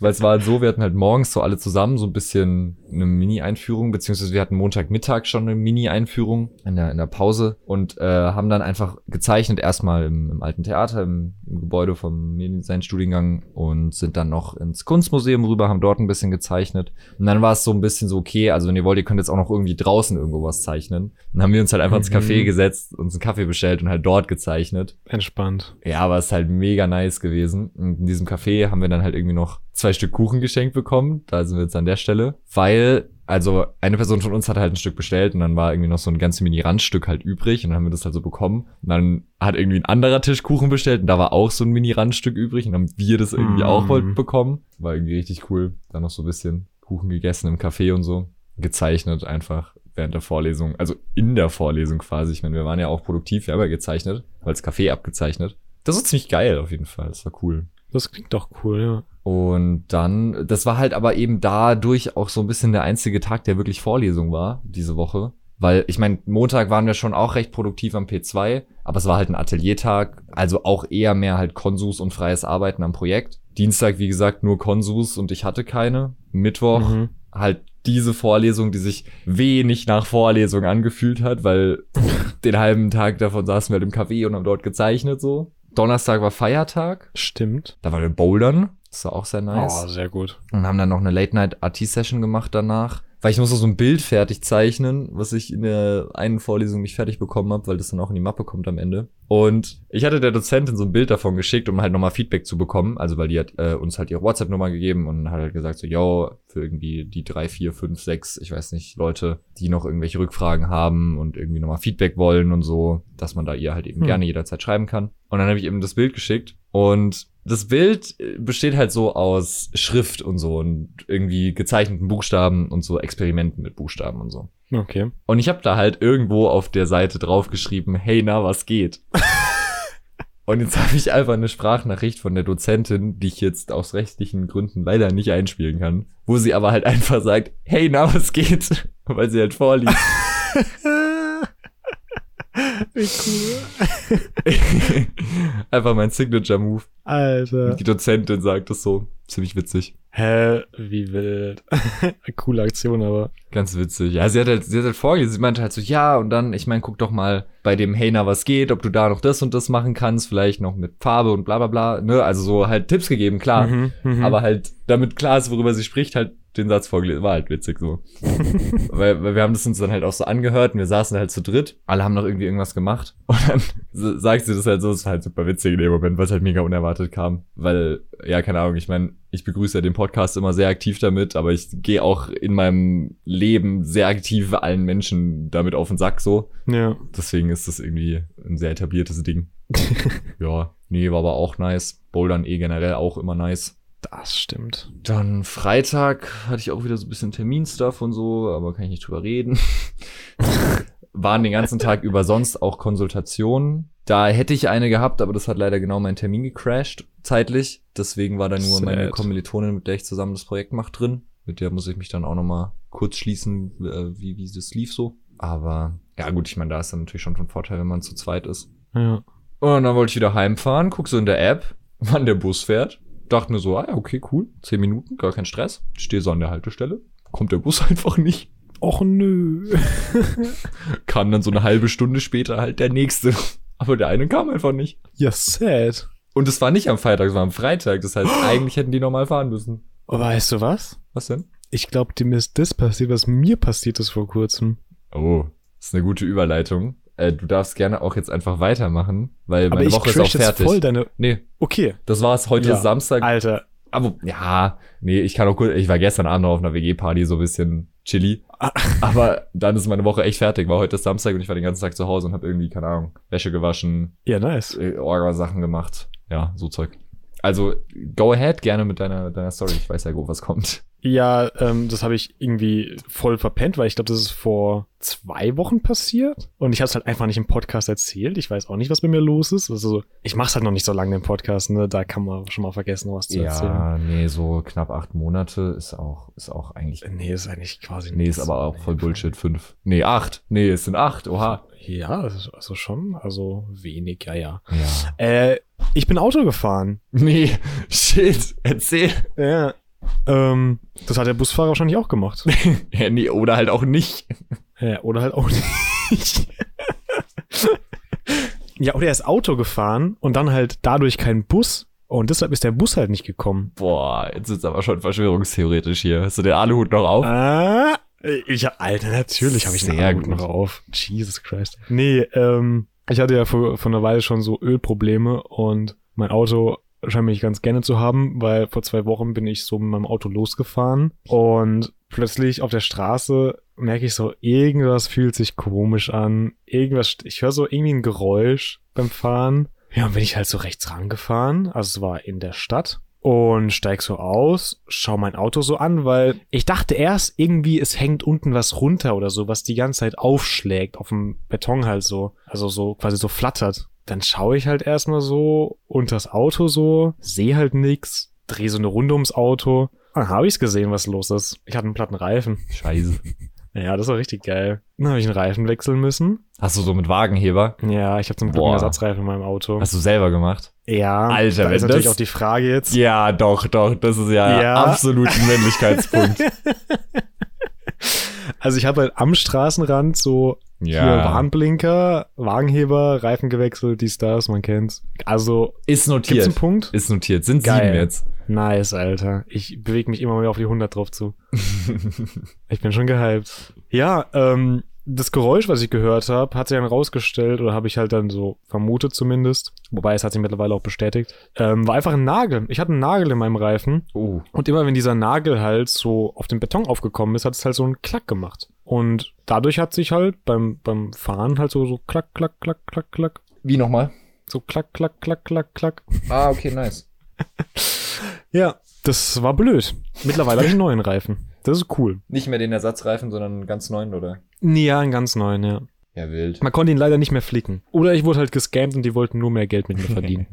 [SPEAKER 2] Weil es war halt so, wir hatten halt morgens so alle zusammen so ein bisschen eine Mini-Einführung, beziehungsweise wir hatten Montagmittag schon eine Mini-Einführung in der, in der Pause und äh, haben dann einfach gezeichnet, erstmal im, im alten Theater, im, im Gebäude vom Mediendesign-Studiengang und sind dann noch ins Kunstmuseum rüber, haben dort ein bisschen gezeichnet. Und dann war es so ein bisschen so, okay, also wenn ihr wollt, ihr könnt jetzt auch noch irgendwie draußen irgendwo was zeichnen. Dann haben wir uns halt einfach ins
[SPEAKER 1] Mhm.
[SPEAKER 2] Café gesetzt, uns einen Kaffee bestellt und halt dort gezeichnet.
[SPEAKER 1] Entspannt.
[SPEAKER 2] Ja, aber es ist halt mega nice gewesen. Und in diesem Café haben wir dann halt irgendwie noch zwei Stück Kuchen geschenkt bekommen. Da sind wir jetzt an der Stelle. Weil, also eine Person von uns hat halt ein Stück bestellt und dann war irgendwie noch so ein ganzes Mini-Randstück halt übrig und dann haben wir das halt so bekommen. Und dann hat irgendwie ein anderer Tisch Kuchen bestellt und da war auch so ein Mini-Randstück übrig und dann haben wir das irgendwie
[SPEAKER 1] Mhm.
[SPEAKER 2] auch halt bekommen. War irgendwie richtig cool. Dann noch so ein bisschen Kuchen gegessen im Café und so. Gezeichnet einfach während der Vorlesung, also in der Vorlesung quasi. Ich meine, wir waren ja auch produktiv, wir haben ja gezeichnet, weil das Café abgezeichnet. Das war ziemlich geil auf jeden Fall. Das war cool.
[SPEAKER 1] Das klingt doch cool, ja.
[SPEAKER 2] Und dann, das war halt aber eben dadurch auch so ein bisschen der einzige Tag, der wirklich Vorlesung war, diese Woche. Weil, ich meine, Montag waren wir schon auch recht produktiv am P2, aber es war halt ein Ateliertag, also auch eher mehr halt Konsus und freies Arbeiten am Projekt. Dienstag, wie gesagt, nur Konsus und ich hatte keine. Mittwoch
[SPEAKER 1] Mhm.
[SPEAKER 2] halt diese Vorlesung, die sich wenig nach Vorlesung angefühlt hat, weil den halben Tag davon saßen wir halt im Café und haben dort gezeichnet so. Donnerstag war Feiertag.
[SPEAKER 1] Stimmt.
[SPEAKER 2] Da waren wir bouldern. Das war auch sehr nice.
[SPEAKER 1] Oh, sehr gut.
[SPEAKER 2] Und haben dann noch eine Late-Night-RT-Session gemacht danach. Weil ich musste so ein Bild fertig zeichnen, was ich in der einen Vorlesung nicht fertig bekommen habe, weil das dann auch in die Mappe kommt am Ende. Und ich hatte der Dozentin so ein Bild davon geschickt, um halt nochmal Feedback zu bekommen. Also weil die hat äh, uns halt ihre WhatsApp-Nummer gegeben und hat halt gesagt so, yo, für irgendwie die drei, vier, fünf, sechs, ich weiß nicht, Leute, die noch irgendwelche Rückfragen haben und irgendwie nochmal Feedback wollen und so, dass man da ihr halt eben
[SPEAKER 1] Hm.
[SPEAKER 2] gerne jederzeit schreiben kann. Und dann habe ich eben das Bild geschickt und das Bild äh, besteht halt so aus Schrift und so und irgendwie gezeichneten Buchstaben und so Experimenten mit Buchstaben und so.
[SPEAKER 1] Okay.
[SPEAKER 2] Und ich habe da halt irgendwo auf der Seite draufgeschrieben, hey na, was geht? und jetzt habe ich einfach eine Sprachnachricht von der Dozentin, die ich jetzt aus rechtlichen Gründen leider nicht einspielen kann, wo sie aber halt einfach sagt, hey na, was geht? [LAUGHS] Weil sie halt vorliest.
[SPEAKER 1] [LAUGHS]
[SPEAKER 2] [LAUGHS]
[SPEAKER 1] Wie cool.
[SPEAKER 2] einfach mein Signature-Move.
[SPEAKER 1] Alter.
[SPEAKER 2] Die Dozentin sagt das so. Ziemlich witzig.
[SPEAKER 1] Hä, wie wild. [LAUGHS] Coole Aktion, aber.
[SPEAKER 2] Ganz witzig. Ja, sie hat halt, sie hat halt vorgelesen. Sie meinte halt so, ja, und dann, ich meine, guck doch mal bei dem Hey, na, was geht, ob du da noch das und das machen kannst, vielleicht noch mit Farbe und bla bla bla. Ne? Also so halt Tipps gegeben, klar.
[SPEAKER 1] Mhm, mhm.
[SPEAKER 2] Aber halt, damit klar ist, worüber sie spricht, halt den Satz vorgelesen. War halt witzig so. weil, weil wir haben das uns dann halt auch so angehört und wir saßen halt zu dritt. Alle haben noch irgendwie irgendwas gemacht. [LAUGHS] Und dann so- sagt sie das halt so, es war halt super witzig in dem Moment, was halt mega unerwartet kam. Weil, ja, keine Ahnung, ich meine, ich begrüße ja den Podcast immer sehr aktiv damit, aber ich gehe auch in meinem Leben sehr aktiv allen Menschen damit auf den Sack so.
[SPEAKER 1] Ja.
[SPEAKER 2] Deswegen ist das irgendwie ein sehr etabliertes Ding. ja, nee, war aber auch nice. Bouldern eh generell auch immer nice.
[SPEAKER 1] Das stimmt.
[SPEAKER 2] Dann Freitag hatte ich auch wieder so ein bisschen Terminstuff und so, aber kann ich nicht drüber reden. Waren den ganzen Tag über sonst auch Konsultationen. Da hätte ich eine gehabt, aber das hat leider genau meinen Termin gecrashed, zeitlich. Deswegen war da nur meine
[SPEAKER 1] Sad.
[SPEAKER 2] Kommilitonin, mit der ich zusammen das Projekt mache, drin. Mit der muss ich mich dann auch nochmal kurz schließen, äh, wie, wie das lief so. Aber ja gut, ich meine, da ist dann natürlich schon von Vorteil, wenn man zu zweit ist.
[SPEAKER 1] Ja.
[SPEAKER 2] Und dann wollte ich wieder heimfahren, guck so in der App, wann der Bus fährt. Dachte mir so, ah ja, okay, cool, zehn Minuten, gar kein Stress. Stehe so an der Haltestelle, kommt der Bus [LAUGHS] einfach nicht.
[SPEAKER 1] Och nö.
[SPEAKER 2] Kam dann so eine halbe Stunde später halt der nächste. [LAUGHS] Aber der eine kam einfach nicht.
[SPEAKER 1] Ja, sad.
[SPEAKER 2] Und es war nicht am Freitag, es war am Freitag. Das
[SPEAKER 1] [GASPS]
[SPEAKER 2] heißt, eigentlich hätten die normal fahren müssen.
[SPEAKER 1] Weißt du was?
[SPEAKER 2] Was denn?
[SPEAKER 1] Ich glaube, dem ist das passiert, was mir passiert ist vor kurzem.
[SPEAKER 2] Oh, das ist eine gute Überleitung. Äh, du darfst gerne auch jetzt einfach weitermachen, weil meine
[SPEAKER 1] ich
[SPEAKER 2] Woche ist auch
[SPEAKER 1] crash jetzt
[SPEAKER 2] fertig.
[SPEAKER 1] voll deine.
[SPEAKER 2] Nee,
[SPEAKER 1] Okay.
[SPEAKER 2] das war's. Heute
[SPEAKER 1] Ja.
[SPEAKER 2] ist Samstag.
[SPEAKER 1] Alter.
[SPEAKER 2] Aber Ah, ja, nee, ich kann auch kurz. Ich war gestern Abend noch auf einer WG-Party, so ein bisschen chilly. [LAUGHS]
[SPEAKER 1] Ah.
[SPEAKER 2] Aber dann ist meine Woche echt fertig. War heute ist Samstag und ich war den ganzen Tag zu Hause und habe irgendwie, keine Ahnung, Wäsche gewaschen,
[SPEAKER 1] Ja, nice.
[SPEAKER 2] äh, Orga-Sachen gemacht. Ja, so Zeug. Also, go ahead gerne mit deiner, deiner Story. Ich weiß ja grob, was [LAUGHS] kommt.
[SPEAKER 1] Ja, ähm, das habe ich irgendwie voll verpennt, weil ich glaube, das ist vor zwei Wochen passiert. Und ich habe es halt einfach nicht im Podcast erzählt. Ich weiß auch nicht, was bei mir los ist. Also, ich mache es halt noch nicht so lange im Podcast, ne? Da kann man schon mal vergessen, was zu erzählen.
[SPEAKER 2] nee, so knapp acht Monate ist auch, ist auch eigentlich.
[SPEAKER 1] Nee, ist eigentlich quasi
[SPEAKER 2] Äh, Nee, ist
[SPEAKER 1] nichts.
[SPEAKER 2] aber auch voll Bullshit. Fünf. Nee, acht. Nee, es sind acht. Oha.
[SPEAKER 1] Ja, also schon, also wenig, ja, ja.
[SPEAKER 2] Ja.
[SPEAKER 1] Äh, ich bin Auto gefahren.
[SPEAKER 2] Nee, [LAUGHS] shit. Erzähl.
[SPEAKER 1] Ja. Ähm, das hat der Busfahrer wahrscheinlich auch gemacht.
[SPEAKER 2] Ja, nee, oder halt auch nicht.
[SPEAKER 1] ja, oder halt auch nicht. [LAUGHS] ja, oder er ist Auto gefahren und dann halt dadurch kein Bus. Und deshalb ist der Bus halt nicht gekommen.
[SPEAKER 2] Boah, jetzt ist aber schon verschwörungstheoretisch hier. Hast du den Aluhut noch auf?
[SPEAKER 1] Ah, ich, Alter, natürlich habe ich den
[SPEAKER 2] Sehr
[SPEAKER 1] Armut
[SPEAKER 2] gut.
[SPEAKER 1] noch auf. Jesus Christ. Nee, ähm, ich hatte ja vor, vor einer Weile schon so Ölprobleme und mein Auto scheint mich ganz gerne zu haben, weil vor zwei Wochen bin ich so mit meinem Auto losgefahren und plötzlich auf der Straße merke ich so, irgendwas fühlt sich komisch an. Irgendwas, st- ich höre so irgendwie ein Geräusch beim Fahren. Ja, und bin ich halt so rechts rangefahren, also es war in der Stadt und steig so aus, schau mein Auto so an, weil ich dachte erst irgendwie, es hängt unten was runter oder so, was die ganze Zeit aufschlägt auf dem Beton halt so, also so quasi so flattert. Dann schaue ich halt erstmal so unter das Auto so, sehe halt nix, drehe so eine Runde ums Auto. Dann habe ich's gesehen, was los ist. Ich hatte einen platten Reifen.
[SPEAKER 2] Scheiße.
[SPEAKER 1] Ja, das war richtig geil. Dann habe ich einen Reifen wechseln müssen.
[SPEAKER 2] Hast du so mit Wagenheber?
[SPEAKER 1] Ja, ich habe zum Glück einen
[SPEAKER 2] Boah.
[SPEAKER 1] Ersatzreifen in meinem Auto.
[SPEAKER 2] Hast du selber gemacht?
[SPEAKER 1] Ja,
[SPEAKER 2] Alter,
[SPEAKER 1] da ist
[SPEAKER 2] wenn
[SPEAKER 1] natürlich
[SPEAKER 2] das-
[SPEAKER 1] auch die Frage jetzt.
[SPEAKER 2] Ja, doch, doch. Das ist
[SPEAKER 1] Ja.
[SPEAKER 2] absolut ein [LAUGHS] Männlichkeitspunkt.
[SPEAKER 1] Also ich habe halt am Straßenrand so hier
[SPEAKER 2] ja.
[SPEAKER 1] Warnblinker, Wagenheber, Reifen gewechselt, die Stars, man kennt's. Also
[SPEAKER 2] Ist
[SPEAKER 1] gibt's
[SPEAKER 2] notiert.
[SPEAKER 1] einen Punkt?
[SPEAKER 2] Ist notiert. Sind
[SPEAKER 1] Geil.
[SPEAKER 2] sieben jetzt.
[SPEAKER 1] Nice, Alter. Ich bewege mich immer mehr auf die 100 drauf
[SPEAKER 2] [LAUGHS]
[SPEAKER 1] zu. Ich bin schon gehypt. Ja, ähm, das Geräusch, was ich gehört habe, hat sich dann rausgestellt oder habe ich halt dann so vermutet zumindest. Wobei es hat sich mittlerweile auch bestätigt. Ähm, war einfach ein Nagel. Ich hatte einen Nagel in meinem Reifen
[SPEAKER 2] oh.
[SPEAKER 1] Und immer wenn dieser Nagel halt so auf den Beton aufgekommen ist, hat es halt so einen Klack gemacht. Und dadurch hat sich halt beim, beim Fahren halt so, so klack, klack, klack, klack, klack,
[SPEAKER 2] Wie nochmal?
[SPEAKER 1] so klack, klack, klack, klack, klack.
[SPEAKER 2] Ah, okay, nice.
[SPEAKER 1] Ja, das war blöd. Mittlerweile habe ich einen neuen Reifen. Das ist cool.
[SPEAKER 2] Nicht mehr den Ersatzreifen, sondern einen ganz neuen, oder?
[SPEAKER 1] Nee, Ja, einen ganz neuen, ja.
[SPEAKER 2] Ja, wild.
[SPEAKER 1] Man konnte ihn leider nicht mehr flicken. Oder ich wurde halt gescampt und die wollten nur mehr Geld mit mir
[SPEAKER 2] [LAUGHS]
[SPEAKER 1] verdienen.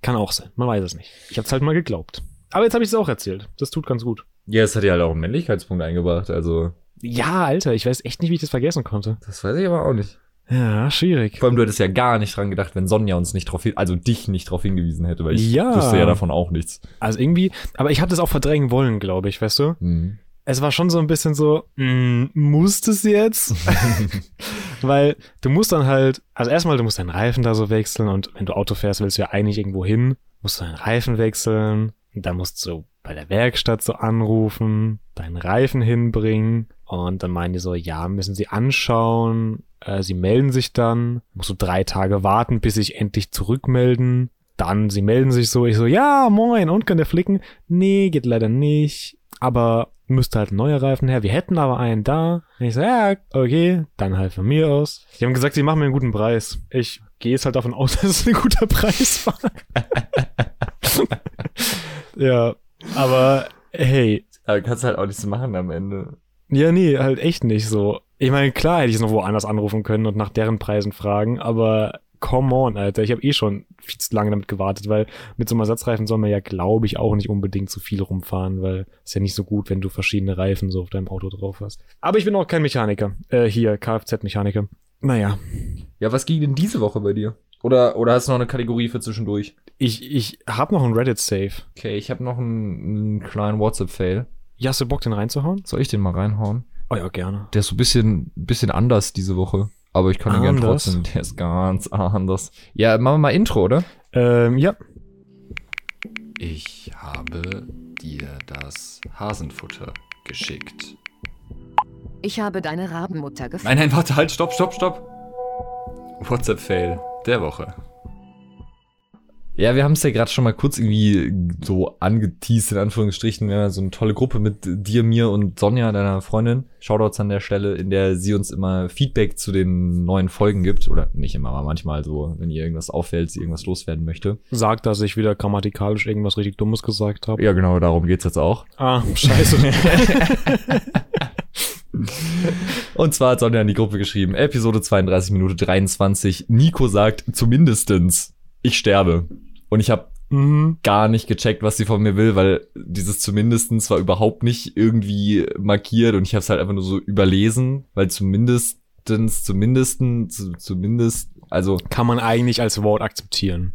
[SPEAKER 1] Kann auch sein. Man weiß es nicht. Ich habe es halt mal geglaubt. Aber jetzt habe ich es auch erzählt. Das tut ganz gut.
[SPEAKER 2] Ja, es hat ja halt auch einen Männlichkeitspunkt eingebracht. Also,
[SPEAKER 1] Ja, Alter, ich weiß echt nicht, wie ich das vergessen konnte.
[SPEAKER 2] das weiß ich aber auch nicht.
[SPEAKER 1] Ja, schwierig.
[SPEAKER 2] Vor allem, du hättest ja gar nicht dran gedacht, wenn Sonja uns nicht drauf hin, also dich nicht drauf hingewiesen hätte, weil ich
[SPEAKER 1] Ja.
[SPEAKER 2] wüsste ja davon auch nichts.
[SPEAKER 1] Also irgendwie, aber ich habe das auch verdrängen wollen, glaube ich, weißt du?
[SPEAKER 2] Mhm.
[SPEAKER 1] Es war schon so ein bisschen so, mm, musst es jetzt? Weil du musst dann halt, also erstmal, du musst deinen Reifen da so wechseln und wenn du Auto fährst, willst du ja eigentlich irgendwo hin, musst du deinen Reifen wechseln, und dann musst du bei der Werkstatt so anrufen, deinen Reifen hinbringen und dann meinen die so, ja, müssen sie anschauen, äh, sie melden sich dann, musst du drei Tage warten, bis sich endlich zurückmelden. Dann, sie melden sich so, ich so, ja, moin, und kann der flicken? Nee, geht leider nicht. Aber müsste halt ein neuer Reifen her. Wir hätten aber einen da. Und ich so, ja, okay, dann halt von mir aus. Die haben gesagt, sie machen mir einen guten Preis. Ich gehe jetzt halt davon aus, [LAUGHS] dass es ein guter Preis war. ja, aber hey,
[SPEAKER 2] Aber kannst halt auch nichts machen am Ende.
[SPEAKER 1] ja, nee, halt echt nicht so. Ich meine, klar hätte ich es noch woanders anrufen können und nach deren Preisen fragen, aber come on, Alter. Ich habe eh schon viel zu lange damit gewartet, weil mit so einem Ersatzreifen soll man ja, glaube ich, auch nicht unbedingt zu viel rumfahren, weil ist ja nicht so gut, wenn du verschiedene Reifen so auf deinem Auto drauf hast. Aber ich bin auch kein Mechaniker. Äh, hier, Kfz-Mechaniker. Naja,
[SPEAKER 2] Ja, was ging denn diese Woche bei dir? Oder, oder hast du noch eine Kategorie für zwischendurch?
[SPEAKER 1] ich, ich habe noch einen Reddit-Save.
[SPEAKER 2] Okay, ich habe noch einen, einen kleinen WhatsApp-Fail.
[SPEAKER 1] Ja, hast du Bock, den reinzuhauen?
[SPEAKER 2] Soll ich den mal reinhauen?
[SPEAKER 1] Oh ja, gerne.
[SPEAKER 2] Der ist so ein bisschen, bisschen anders diese Woche. Aber ich kann ihn gerne
[SPEAKER 1] Anders.
[SPEAKER 2] trotzdem. Der ist ganz anders. Ja, machen wir mal Intro, oder?
[SPEAKER 1] Ähm, ja.
[SPEAKER 3] Ich habe dir das Hasenfutter geschickt.
[SPEAKER 4] Ich habe deine Rabenmutter gefunden.
[SPEAKER 3] Nein, nein, warte, halt, stopp, stopp, stopp. WhatsApp-Fail der Woche.
[SPEAKER 2] Ja, wir haben es ja gerade schon mal kurz irgendwie so angeteased, in Anführungsstrichen. Wir haben ja so eine tolle Gruppe mit dir, mir und Sonja, deiner Freundin. Shoutouts an der Stelle, in der sie uns immer Feedback zu den neuen Folgen gibt. Oder nicht immer, aber manchmal so, wenn ihr irgendwas auffällt, sie irgendwas loswerden möchte.
[SPEAKER 1] Sagt, dass ich wieder grammatikalisch irgendwas richtig Dummes gesagt habe.
[SPEAKER 2] Ja, genau, darum geht's jetzt auch.
[SPEAKER 1] Ah, scheiße. [LAUGHS]
[SPEAKER 2] Und zwar hat Sonja in die Gruppe geschrieben, Episode 32, Minute 23, Nico sagt zumindestens, ich sterbe. Und ich habe
[SPEAKER 1] mhm.
[SPEAKER 2] gar nicht gecheckt, was sie von mir will, weil dieses zumindestens war überhaupt nicht irgendwie markiert und ich habe es halt einfach nur so überlesen, weil zumindestens, zumindesten, zu, zumindest, also
[SPEAKER 1] Kann man eigentlich als Wort akzeptieren.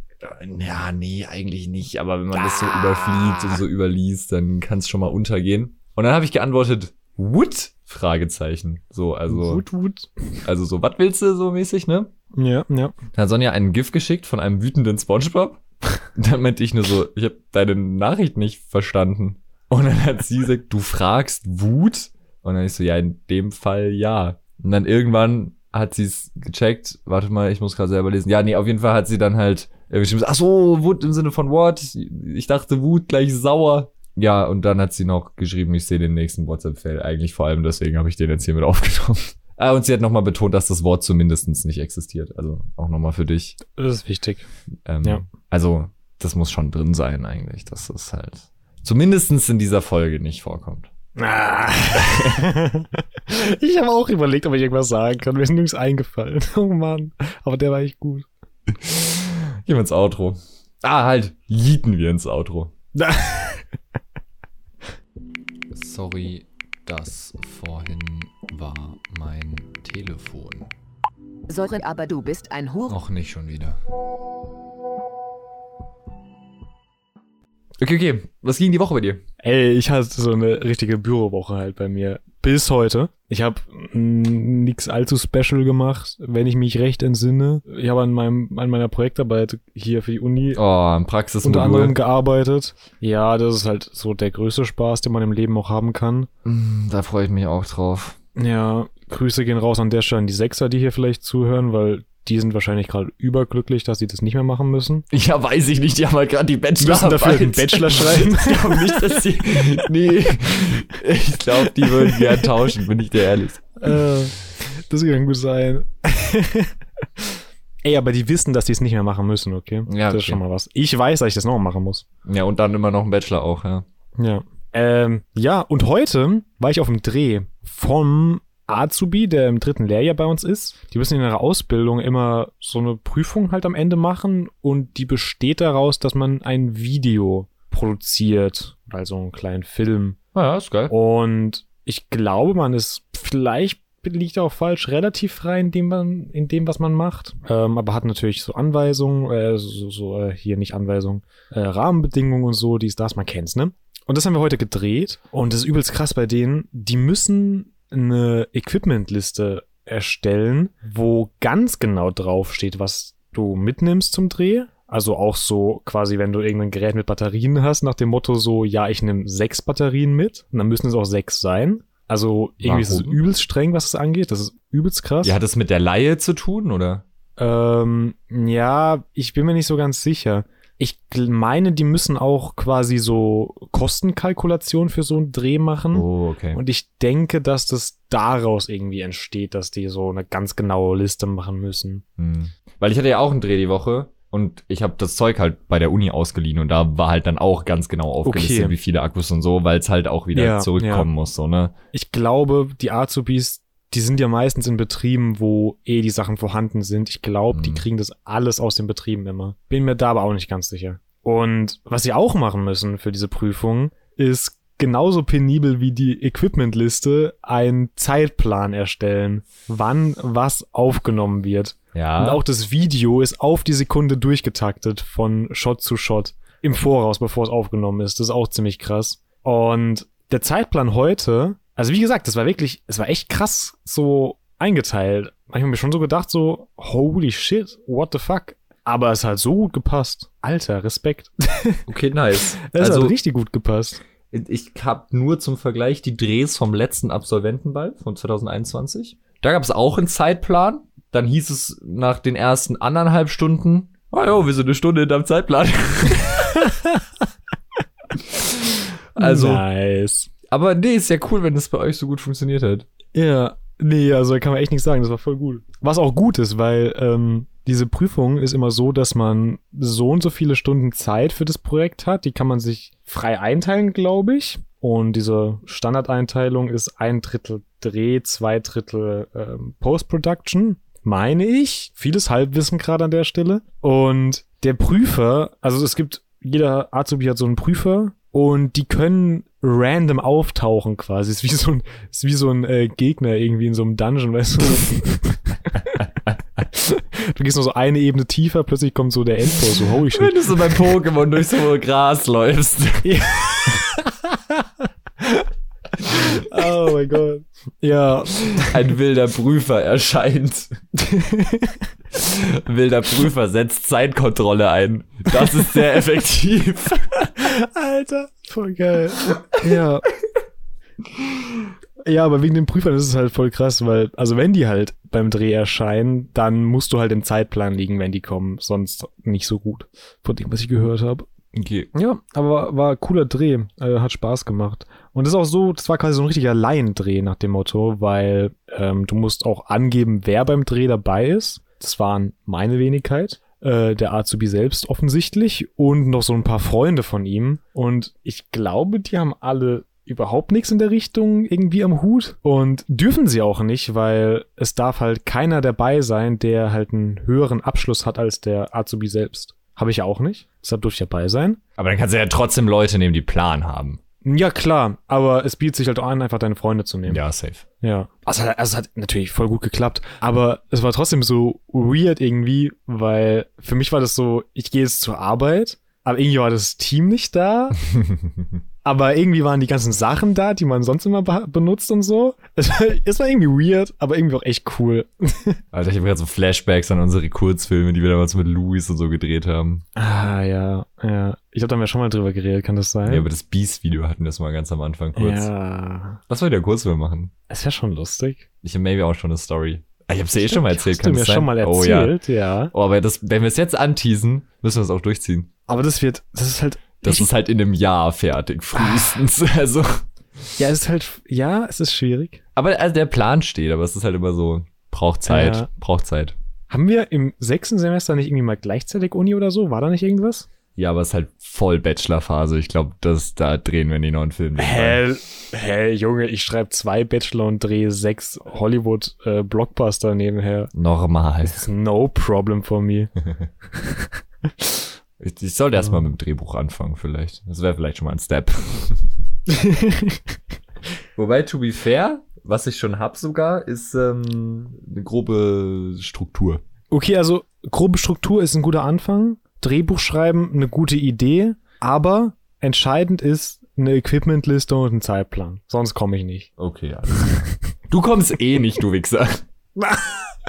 [SPEAKER 2] ja, nee, eigentlich nicht, aber wenn man das so überfliegt und so überliest, dann kann es schon mal untergehen. Und dann habe ich geantwortet, would? Fragezeichen. So, also,
[SPEAKER 1] Wut, wut.
[SPEAKER 2] also so, was willst du so mäßig, ne?
[SPEAKER 1] Ja, ja.
[SPEAKER 2] Dann hat Sonja einen GIF geschickt von einem wütenden Spongebob. [LAUGHS] Dann meinte ich nur so, ich habe deine Nachricht nicht verstanden. Und dann hat sie gesagt, du fragst Wut? Und dann ich so, ja, in dem Fall ja. Und dann irgendwann hat sie es gecheckt. Warte mal, ich muss gerade selber lesen. Ja, nee, auf jeden Fall hat sie dann halt irgendwie geschrieben, ach so, Wut im Sinne von Wort. Ich, ich dachte Wut gleich sauer. Ja, und dann hat sie noch geschrieben, ich sehe den nächsten WhatsApp-Fail. Eigentlich vor allem deswegen habe ich den jetzt hier mit aufgenommen. Ah, und sie hat nochmal betont, dass das Wort zumindestens nicht existiert. Also auch nochmal für dich.
[SPEAKER 1] Das ist wichtig.
[SPEAKER 2] Ähm,
[SPEAKER 1] Ja.
[SPEAKER 2] Also, das muss schon drin sein, eigentlich, dass das halt zumindestens in dieser Folge nicht vorkommt.
[SPEAKER 1] Ah. [LAUGHS] ich habe auch überlegt, ob ich irgendwas sagen kann. Mir ist nirgends eingefallen. [LAUGHS] Oh Mann. Aber der war echt gut.
[SPEAKER 2] Gehen wir ins Outro. Ah, halt, jieten wir ins Outro.
[SPEAKER 3] [LAUGHS] Sorry, das vorhin war mein Telefon.
[SPEAKER 4] Sorry, aber du bist ein Hure.
[SPEAKER 3] Auch nicht schon wieder.
[SPEAKER 2] Okay, okay. Was ging die Woche bei dir?
[SPEAKER 1] Ey, ich hatte so eine richtige Bürowoche halt bei mir. Bis heute. Ich habe nix allzu special gemacht, wenn ich mich recht entsinne. Ich habe an, meinem, an meiner Projektarbeit hier für die Uni
[SPEAKER 2] Oh, im
[SPEAKER 1] unter anderem
[SPEAKER 2] Praxismodul.
[SPEAKER 1] gearbeitet. Ja, das ist halt so der größte Spaß, den man im Leben auch haben kann.
[SPEAKER 2] Mm, Da freue ich mich auch drauf.
[SPEAKER 1] Ja, Grüße gehen raus an der Stelle an die Sechser, die hier vielleicht zuhören, weil die sind wahrscheinlich gerade überglücklich, dass sie das nicht mehr machen müssen.
[SPEAKER 2] Ja, weiß ich nicht. Die haben halt gerade die Bachelor.
[SPEAKER 1] Müssen dafür
[SPEAKER 2] [LAUGHS]
[SPEAKER 1] einen Bachelor schreiben?
[SPEAKER 2] Ich glaube nicht, dass [LAUGHS] die. Nee. Ich glaube, die würden gern tauschen, bin ich dir ehrlich.
[SPEAKER 1] Äh, das kann gut
[SPEAKER 2] [LAUGHS]
[SPEAKER 1] sein. Ey, aber die wissen, dass die es nicht mehr machen müssen, okay?
[SPEAKER 2] Ja,
[SPEAKER 1] Das ist
[SPEAKER 2] okay.
[SPEAKER 1] schon mal was. Ich weiß, dass ich das noch machen muss.
[SPEAKER 2] Ja, und dann immer noch ein Bachelor auch, ja.
[SPEAKER 1] Ja. Ähm, ja, und heute war ich auf dem Dreh vom Azubi, der im dritten Lehrjahr bei uns ist. Die müssen in ihrer Ausbildung immer so eine Prüfung halt am Ende machen und die besteht daraus, dass man ein Video produziert, also einen kleinen Film.
[SPEAKER 2] Ah, Ja, ist geil.
[SPEAKER 1] Und ich glaube, man ist vielleicht liegt auch falsch relativ frei in dem, man, in dem was man macht, ähm, aber hat natürlich so Anweisungen, äh, so, so äh, hier nicht Anweisungen, äh, Rahmenbedingungen und so, dies, das, man kennt's, ne? Und das haben wir heute gedreht und das ist übelst krass bei denen, die müssen eine Equipmentliste erstellen, wo ganz genau drauf steht, was du mitnimmst zum Dreh. Also auch so quasi, wenn du irgendein Gerät mit Batterien hast, nach dem Motto so, ja, ich nehme sechs Batterien mit und dann müssen es auch sechs sein. Also irgendwie ist es
[SPEAKER 2] Warum?
[SPEAKER 1] übelst streng, was das angeht. Das ist übelst krass.
[SPEAKER 2] Ja, hat das mit der Laie zu tun, oder?
[SPEAKER 1] Ähm, ja, ich bin mir nicht so ganz sicher. Ich gl- meine, die müssen auch quasi so Kostenkalkulation für so einen Dreh machen.
[SPEAKER 2] Oh, okay.
[SPEAKER 1] Und ich denke, dass das daraus irgendwie entsteht, dass die so eine ganz genaue Liste machen müssen.
[SPEAKER 2] Hm. Weil ich hatte ja auch einen Dreh die Woche und ich habe das Zeug halt bei der Uni ausgeliehen und da war halt dann auch ganz genau aufgelistet,
[SPEAKER 1] Okay.
[SPEAKER 2] wie viele Akkus und so, weil es halt auch wieder
[SPEAKER 1] Ja,
[SPEAKER 2] zurückkommen muss, so, ne?
[SPEAKER 1] Ich glaube, die Azubis, die sind ja meistens in Betrieben, wo eh die Sachen vorhanden sind. Ich glaube, die
[SPEAKER 2] Mhm.
[SPEAKER 1] kriegen das alles aus den Betrieben immer. Bin mir da aber auch nicht ganz sicher. Und was sie auch machen müssen für diese Prüfung, ist genauso penibel wie die Equipmentliste einen Zeitplan erstellen, wann was aufgenommen wird. Und
[SPEAKER 2] Ja.
[SPEAKER 1] auch das Video ist auf die Sekunde durchgetaktet von Shot zu Shot im Voraus, bevor es aufgenommen ist. Das ist auch ziemlich krass. Und der Zeitplan heute, also wie gesagt, das war wirklich, es war echt krass so eingeteilt. manchmal hab ich schon so gedacht, so, holy shit, what the fuck. Aber es hat so gut gepasst. Alter, Respekt.
[SPEAKER 2] Okay, nice.
[SPEAKER 1] Es
[SPEAKER 2] also,
[SPEAKER 1] hat richtig gut gepasst.
[SPEAKER 2] ich habe nur zum Vergleich die Drehs vom letzten Absolventenball von 2021. Da gab es auch einen Zeitplan. Dann hieß es nach den ersten anderthalb Stunden, ah jo, wir sind eine Stunde hinterm Zeitplan. [LAUGHS] also,
[SPEAKER 1] Nice.
[SPEAKER 2] aber nee, ist ja cool, wenn es bei euch so gut funktioniert hat.
[SPEAKER 1] Ja. Nee, also da kann man echt nichts sagen. Das war voll gut. Was auch gut ist, weil ähm, diese Prüfung ist immer so, dass man so und so viele Stunden Zeit für das Projekt hat. Die kann man sich frei einteilen, glaube ich. Und diese Standardeinteilung ist ein Drittel Dreh, zwei Drittel ähm, Post-Production, meine ich. Vieles Halbwissen gerade an der Stelle. Und der Prüfer, also es gibt, jeder Azubi hat so einen Prüfer und die können random auftauchen quasi. [LAUGHS] Ist wie so ein, ist wie so ein äh, Gegner irgendwie in so einem Dungeon, [LAUGHS] weißt du? Du gehst nur so eine Ebene tiefer, plötzlich kommt so der Endboss, so holy shit.
[SPEAKER 2] Wenn du so beim Pokémon durch so Gras läufst.
[SPEAKER 1] Oh mein Gott. Ja,
[SPEAKER 2] [LAUGHS] Ein wilder Prüfer erscheint. [LAUGHS] wilder Prüfer setzt Zeitkontrolle ein. Das ist sehr effektiv.
[SPEAKER 1] Alter, voll geil. Ja. Ja, aber wegen den Prüfern ist es halt voll krass, weil, also wenn die halt beim Dreh erscheinen, dann musst du halt im Zeitplan liegen, wenn die kommen. Sonst nicht so gut. Von dem, was ich gehört habe.
[SPEAKER 2] Okay.
[SPEAKER 1] Ja, aber war, war cooler Dreh. Äh, hat Spaß gemacht. Und das ist auch so, das war quasi so ein richtiger Laiendreh nach dem Motto, weil ähm, du musst auch angeben, wer beim Dreh dabei ist. Das waren meine Wenigkeit, äh, der Azubi selbst offensichtlich und noch so ein paar Freunde von ihm. Und ich glaube, die haben alle überhaupt nichts in der Richtung irgendwie am Hut und dürfen sie auch nicht, weil es darf halt keiner dabei sein, der halt einen höheren Abschluss hat als der Azubi selbst. Habe ich ja auch nicht, deshalb durfte ich dabei sein.
[SPEAKER 2] Aber dann kannst du ja trotzdem Leute nehmen, die Plan haben.
[SPEAKER 1] Ja, klar, aber es bietet sich halt auch an, einfach deine Freunde zu nehmen.
[SPEAKER 2] Ja, safe. [LAUGHS]
[SPEAKER 1] Ja. Also, also es hat natürlich voll gut geklappt, aber es war trotzdem so weird irgendwie, weil für mich war das so, ich gehe jetzt zur Arbeit, aber irgendwie war das Team nicht [LAUGHS] da, aber irgendwie waren die ganzen Sachen da, die man sonst immer be- benutzt und so. [LAUGHS] Es war, es war irgendwie weird, aber irgendwie auch echt cool.
[SPEAKER 2] Alter, ich habe gerade so Flashbacks an unsere Kurzfilme, die wir damals mit Louis und so gedreht haben.
[SPEAKER 1] Ah, ja, ja. Ich glaube, da haben wir schon mal drüber geredet, kann das sein?
[SPEAKER 2] Ja, über das Beast-Video hatten wir das mal ganz am Anfang kurz.
[SPEAKER 1] ja.
[SPEAKER 2] Lass mal wieder Kurzfilm machen.
[SPEAKER 1] Es wäre schon lustig.
[SPEAKER 2] Ich habe maybe auch schon eine Story. Ah, Ich habe sie eh schon mal erzählt.
[SPEAKER 1] Hast du
[SPEAKER 2] kann
[SPEAKER 1] mir
[SPEAKER 2] das sein?
[SPEAKER 1] schon mal
[SPEAKER 2] Oh, ja.
[SPEAKER 1] erzählt, ja.
[SPEAKER 2] Oh, aber das, wenn wir es jetzt anteasen, müssen wir es auch durchziehen.
[SPEAKER 1] Aber das wird, das ist halt,
[SPEAKER 2] Das ist halt in einem Jahr fertig,
[SPEAKER 1] Ah.
[SPEAKER 2] frühestens. [LAUGHS] Also,
[SPEAKER 1] ja, es ist halt, ja, es ist schwierig.
[SPEAKER 2] aber also der Plan steht, aber es ist halt immer so, braucht Zeit,
[SPEAKER 1] Ja.
[SPEAKER 2] braucht Zeit.
[SPEAKER 1] Haben wir im sechsten Semester nicht irgendwie mal gleichzeitig Uni oder so? War da nicht irgendwas?
[SPEAKER 2] Ja, aber es ist halt voll Bachelorphase. Ich glaube, das da drehen wir den neuen Film.
[SPEAKER 1] Hä, hä, Junge, ich schreibe zwei Bachelor und drehe sechs Hollywood-Blockbuster nebenher.
[SPEAKER 2] Normal.
[SPEAKER 1] It's no problem for me. [LAUGHS]
[SPEAKER 2] Ich, ich sollte erstmal mit dem Drehbuch anfangen, vielleicht. Das wäre vielleicht schon mal ein Step. [LAUGHS] Wobei, to be fair, was ich schon hab sogar, ist ähm, eine grobe Struktur.
[SPEAKER 1] Okay, also grobe Struktur ist ein guter Anfang. Drehbuch schreiben, eine gute Idee. Aber entscheidend ist eine Equipmentliste und ein Zeitplan. Sonst komme ich nicht.
[SPEAKER 2] Okay, alles klar. [LAUGHS] Du kommst eh nicht, du Wichser. [LAUGHS]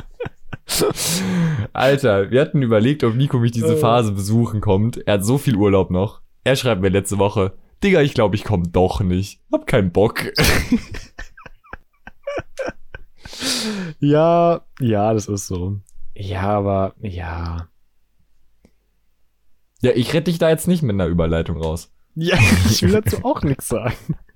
[SPEAKER 2] Alter, wir hatten überlegt, ob Nico mich diese
[SPEAKER 1] Äh.
[SPEAKER 2] Phase besuchen kommt. Er hat so viel Urlaub noch. Er schreibt mir letzte Woche, Digga, ich glaube, ich komme doch nicht. Hab keinen Bock.
[SPEAKER 1] Ja, ja, das ist so. Ja, aber ja.
[SPEAKER 2] Ja, ich rette dich da jetzt nicht mit einer Überleitung raus.
[SPEAKER 1] Ja, [LAUGHS] ich will dazu auch nichts sagen. [LAUGHS]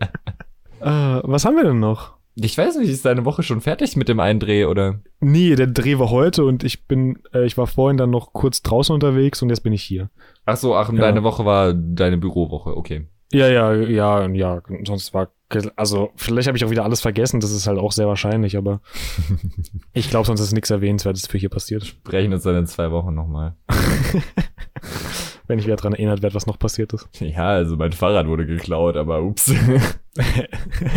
[SPEAKER 1] äh, was haben wir denn noch?
[SPEAKER 2] Ich weiß nicht, ist deine Woche schon fertig mit dem Eindreh oder?
[SPEAKER 1] Nee, der Dreh war heute und ich bin, äh, ich war vorhin dann noch kurz draußen unterwegs und jetzt bin ich hier.
[SPEAKER 2] Ach so, ach, und
[SPEAKER 1] Ja.
[SPEAKER 2] deine Woche war deine Bürowoche, okay.
[SPEAKER 1] Ja, ja, ja, ja, sonst war, also vielleicht habe ich auch wieder alles vergessen, das ist halt auch sehr wahrscheinlich, [LAUGHS] aber ich glaube, sonst ist nichts Erwähnenswertes für hier passiert.
[SPEAKER 2] Brechen uns dann in zwei Wochen nochmal.
[SPEAKER 1] Wenn ich wieder dran erinnert werde, was noch passiert [LAUGHS] ist.
[SPEAKER 2] Ja, also mein Fahrrad wurde geklaut, aber ups.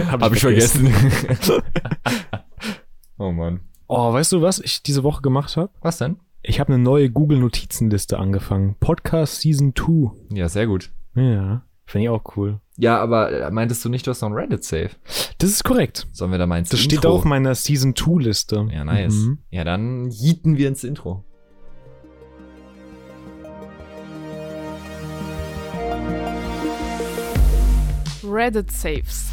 [SPEAKER 1] Habe
[SPEAKER 2] Hab ich vergessen. [LAUGHS] oh Mann.
[SPEAKER 1] Oh, weißt du, was ich diese Woche gemacht habe?
[SPEAKER 2] Was denn?
[SPEAKER 1] Ich habe eine neue Google-Notizenliste angefangen. Podcast Season 2.
[SPEAKER 2] Ja, sehr gut.
[SPEAKER 1] Ja. Finde ich auch cool.
[SPEAKER 2] Ja, aber äh, meintest du nicht, du hast noch ein Reddit-Save?
[SPEAKER 1] Das ist korrekt.
[SPEAKER 2] Sollen wir da meins
[SPEAKER 1] Das
[SPEAKER 2] Intro?
[SPEAKER 1] steht auch auf meiner Season 2 Liste.
[SPEAKER 2] Ja, nice.
[SPEAKER 1] Mhm.
[SPEAKER 2] Ja, dann jieten wir ins Intro.
[SPEAKER 5] Reddit Saves.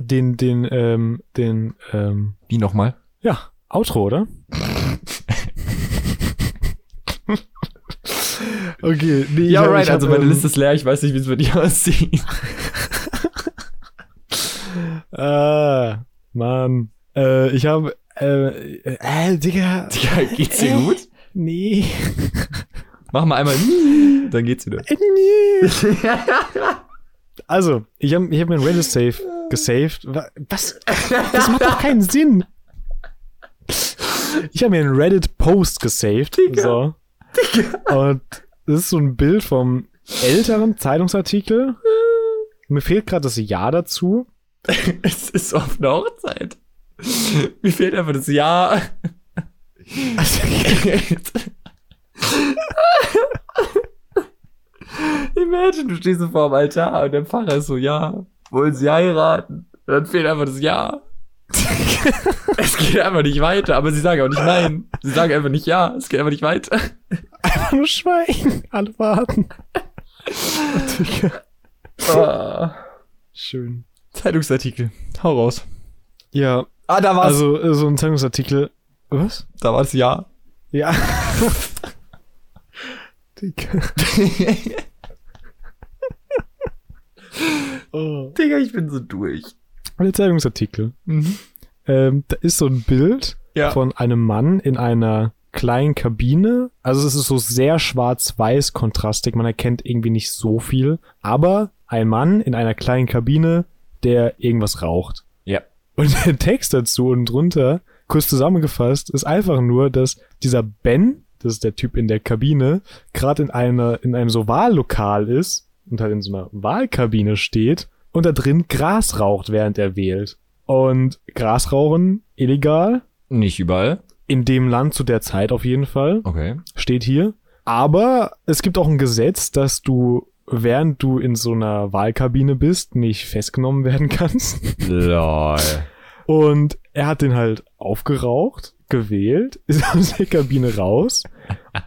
[SPEAKER 1] Den, den, ähm, den, ähm,
[SPEAKER 2] Wie nochmal?
[SPEAKER 1] ja, Outro,
[SPEAKER 2] [LAUGHS]
[SPEAKER 1] oder? okay, nee, ich
[SPEAKER 2] Ja,
[SPEAKER 1] hab-
[SPEAKER 2] right,
[SPEAKER 1] ich hab,
[SPEAKER 2] also meine
[SPEAKER 1] ähm,
[SPEAKER 2] Liste ist leer, ich weiß nicht, wie es für dich [LAUGHS] aussieht.
[SPEAKER 1] Ah, Mann. Äh, ich habe, äh, äh, äh, Digga.
[SPEAKER 2] Ja, geht's dir gut?
[SPEAKER 1] Nee.
[SPEAKER 2] Mach mal einmal, [LAUGHS] dann geht's wieder.
[SPEAKER 1] Nee. also, ich habe ich hab mir ein Reddit Save gesaved. Wa- Was? Das macht doch keinen Sinn. Ich habe mir einen Reddit Post gesaved. So. Und das ist so ein Bild vom älteren Zeitungsartikel. Mir fehlt gerade das Jahr dazu. [LAUGHS]
[SPEAKER 2] Es ist auf einer Hochzeit. Mir fehlt einfach das Jahr. [LAUGHS] Imagine, du stehst so vor dem Altar und der Pfarrer ist so, ja, wollen sie heiraten? Und dann fehlt einfach das [LAUGHS] Ja. es geht einfach nicht weiter, aber sie sagen auch nicht nein. Sie sagen einfach nicht ja, es geht einfach nicht weiter.
[SPEAKER 1] Einfach nur Schweigen. Alle warten. Digga.
[SPEAKER 2] Ah.
[SPEAKER 1] Schön.
[SPEAKER 2] Zeitungsartikel, hau raus.
[SPEAKER 1] Ja,
[SPEAKER 2] Ah, da war's.
[SPEAKER 1] also äh, so ein Zeitungsartikel. Was?
[SPEAKER 2] da war's [LAUGHS] Ja.
[SPEAKER 1] Ja. [LAUGHS] Digga. oh.
[SPEAKER 2] Digga, ich bin so durch.
[SPEAKER 1] Alle Zeitungsartikel.
[SPEAKER 2] Mhm.
[SPEAKER 1] Ähm, da ist so ein Bild
[SPEAKER 2] Ja.
[SPEAKER 1] von einem Mann in einer kleinen Kabine. Also es ist so sehr schwarz-weiß kontrastig. Man erkennt irgendwie nicht so viel. Aber ein Mann in einer kleinen Kabine, der irgendwas raucht.
[SPEAKER 2] Ja.
[SPEAKER 1] Und [LAUGHS] der Text dazu und drunter, kurz zusammengefasst, ist einfach nur, dass dieser Ben, das ist der Typ in der Kabine, gerade in einer, in einem so Wahllokal ist und halt in so einer Wahlkabine steht und da drin Gras raucht, während er wählt. Und Gras rauchen, illegal,
[SPEAKER 2] Nicht überall.
[SPEAKER 1] in dem Land zu der Zeit auf jeden Fall
[SPEAKER 2] Okay.
[SPEAKER 1] steht hier. Aber es gibt auch ein Gesetz, dass du, während du in so einer Wahlkabine bist, nicht festgenommen werden [LAUGHS] kannst.
[SPEAKER 2] Lol.
[SPEAKER 1] Und er hat den halt aufgeraucht, gewählt, [LAUGHS] ist aus der Kabine raus.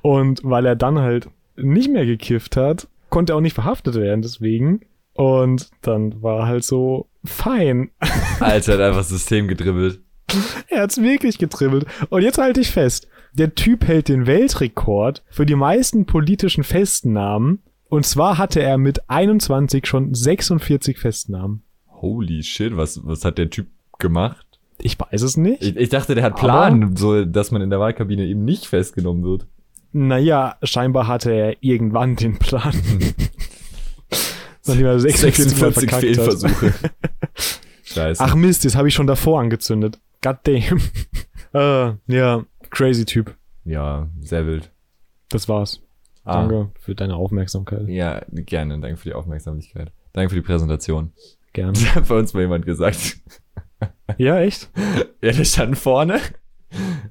[SPEAKER 1] Und weil er dann halt nicht mehr gekifft hat, konnte er auch nicht verhaftet werden, deswegen. Und dann war halt so fein. [LAUGHS]
[SPEAKER 2] Alter, hat einfach das System gedribbelt.
[SPEAKER 1] Er hat's wirklich getribbelt. Und jetzt halte ich fest. Der Typ hält den Weltrekord für die meisten politischen Festnahmen. Und zwar hatte er mit 21 schon 46 Festnahmen.
[SPEAKER 2] Holy shit, was, was hat der Typ gemacht?
[SPEAKER 1] Ich weiß es nicht.
[SPEAKER 2] Ich, ich dachte, der hat
[SPEAKER 1] Aber-
[SPEAKER 2] Plan, so, dass man in der Wahlkabine eben nicht festgenommen wird.
[SPEAKER 1] Naja, scheinbar hatte er irgendwann den
[SPEAKER 2] [LAUGHS]
[SPEAKER 1] Plan. Nachdem er 46 Mal verkackt hat.
[SPEAKER 2] Scheiße.
[SPEAKER 1] Ach Mist, jetzt habe ich schon davor angezündet. [LAUGHS] Goddamn. äh, ja, crazy Typ.
[SPEAKER 2] Ja, sehr wild.
[SPEAKER 1] Das war's.
[SPEAKER 2] Ah.
[SPEAKER 1] Danke für deine Aufmerksamkeit.
[SPEAKER 2] Ja, gerne. Danke für die Aufmerksamkeit. Danke für die Präsentation. [LAUGHS]
[SPEAKER 1] Gerne.
[SPEAKER 2] Das hat bei uns mal jemand gesagt.
[SPEAKER 1] Ja, echt?
[SPEAKER 2] Ja, der stand vorne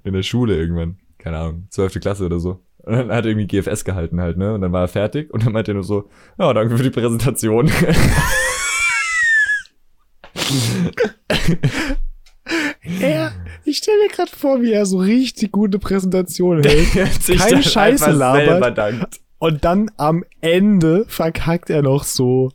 [SPEAKER 2] in der Schule irgendwann. Keine Ahnung, 12. Klasse oder so. Und dann hat er irgendwie GFS gehalten halt, ne? Und dann war er fertig und dann meinte er nur so, ja, danke für die Präsentation. [LAUGHS]
[SPEAKER 1] Er, ich stelle mir gerade vor, wie er so richtig gute Präsentation
[SPEAKER 2] [LAUGHS]
[SPEAKER 1] hält.
[SPEAKER 2] Er hat sich
[SPEAKER 1] Keine
[SPEAKER 2] dann
[SPEAKER 1] Scheiße
[SPEAKER 2] einfach
[SPEAKER 1] labert.
[SPEAKER 2] selber dankt.
[SPEAKER 1] Und dann am Ende verkackt er noch so.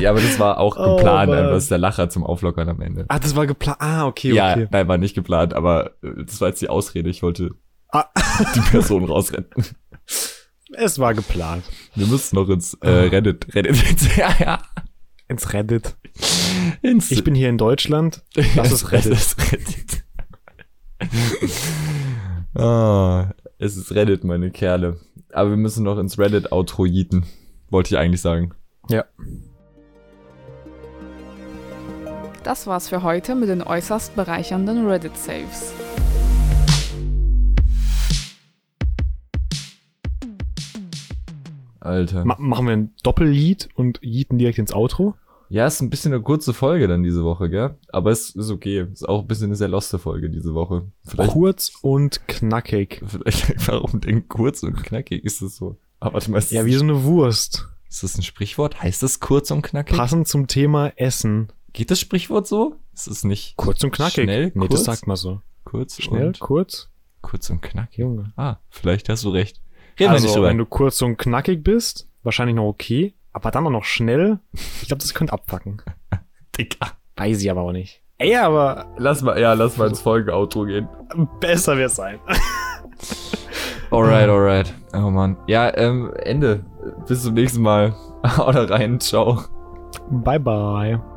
[SPEAKER 2] Ja, aber das war auch
[SPEAKER 1] Oh,
[SPEAKER 2] geplant,
[SPEAKER 1] Mann.
[SPEAKER 2] einfach das ist der Lacher zum Auflockern am Ende.
[SPEAKER 1] Ah, das war geplant. Ah, okay,
[SPEAKER 2] ja, nein, war nicht geplant, aber äh, das war jetzt die Ausrede. Ich wollte
[SPEAKER 1] Ah.
[SPEAKER 2] die
[SPEAKER 1] [LAUGHS]
[SPEAKER 2] Person rausretten.
[SPEAKER 1] Es war geplant.
[SPEAKER 2] Wir müssen noch ins
[SPEAKER 1] Ah.
[SPEAKER 2] äh, Reddit, Reddit, [LAUGHS] ja, ja.
[SPEAKER 1] Ins Reddit.
[SPEAKER 2] Ins,
[SPEAKER 1] Ich bin hier in Deutschland. Das ist Reddit.
[SPEAKER 2] [LAUGHS] Das ist Reddit. ah, es ist Reddit, meine Kerle. Aber wir müssen noch ins Reddit-Outro jieten. Wollte ich eigentlich sagen.
[SPEAKER 5] Das war's für heute mit den äußerst bereichernden Reddit Saves.
[SPEAKER 2] Alter.
[SPEAKER 1] Ma machen wir ein Doppellied und jieten direkt ins Outro?
[SPEAKER 2] Ja, ist ein bisschen eine kurze Folge dann diese Woche, gell? Aber es ist okay. Ist auch ein bisschen eine sehr loste Folge diese Woche. Vielleicht,
[SPEAKER 1] Kurz und knackig.
[SPEAKER 2] vielleicht [LAUGHS] warum denn kurz und knackig ist es so? Aber warte mal, ist,
[SPEAKER 1] Ja, wie so eine Wurst.
[SPEAKER 2] ist das ein Sprichwort? Heißt das kurz und knackig?
[SPEAKER 1] Passend zum Thema Essen.
[SPEAKER 2] Geht das Sprichwort so? Ist es nicht
[SPEAKER 1] Kurz und knackig.
[SPEAKER 2] Schnell,
[SPEAKER 1] nee,
[SPEAKER 2] kurz?
[SPEAKER 1] das sagt man so.
[SPEAKER 2] kurz
[SPEAKER 1] Schnell,
[SPEAKER 2] und
[SPEAKER 1] kurz,
[SPEAKER 2] kurz und knackig?
[SPEAKER 1] Junge.
[SPEAKER 2] Ah, vielleicht hast du recht. Reden wir nicht
[SPEAKER 1] also,
[SPEAKER 2] drüber.
[SPEAKER 1] wenn du kurz und knackig bist, wahrscheinlich noch okay. Aber dann auch noch schnell. Ich glaube, das könnte abpacken.
[SPEAKER 2] Digga.
[SPEAKER 1] Weiß ich aber auch nicht. Ey, aber
[SPEAKER 2] Lass mal, ja, lass mal ins Folgenauto gehen.
[SPEAKER 1] besser wird's sein.
[SPEAKER 2] Alright, alright. Oh Mann. Ja, [LAUGHS] ähm, Ende. Bis zum nächsten Mal. Haut rein. Ciao.
[SPEAKER 1] Bye, bye.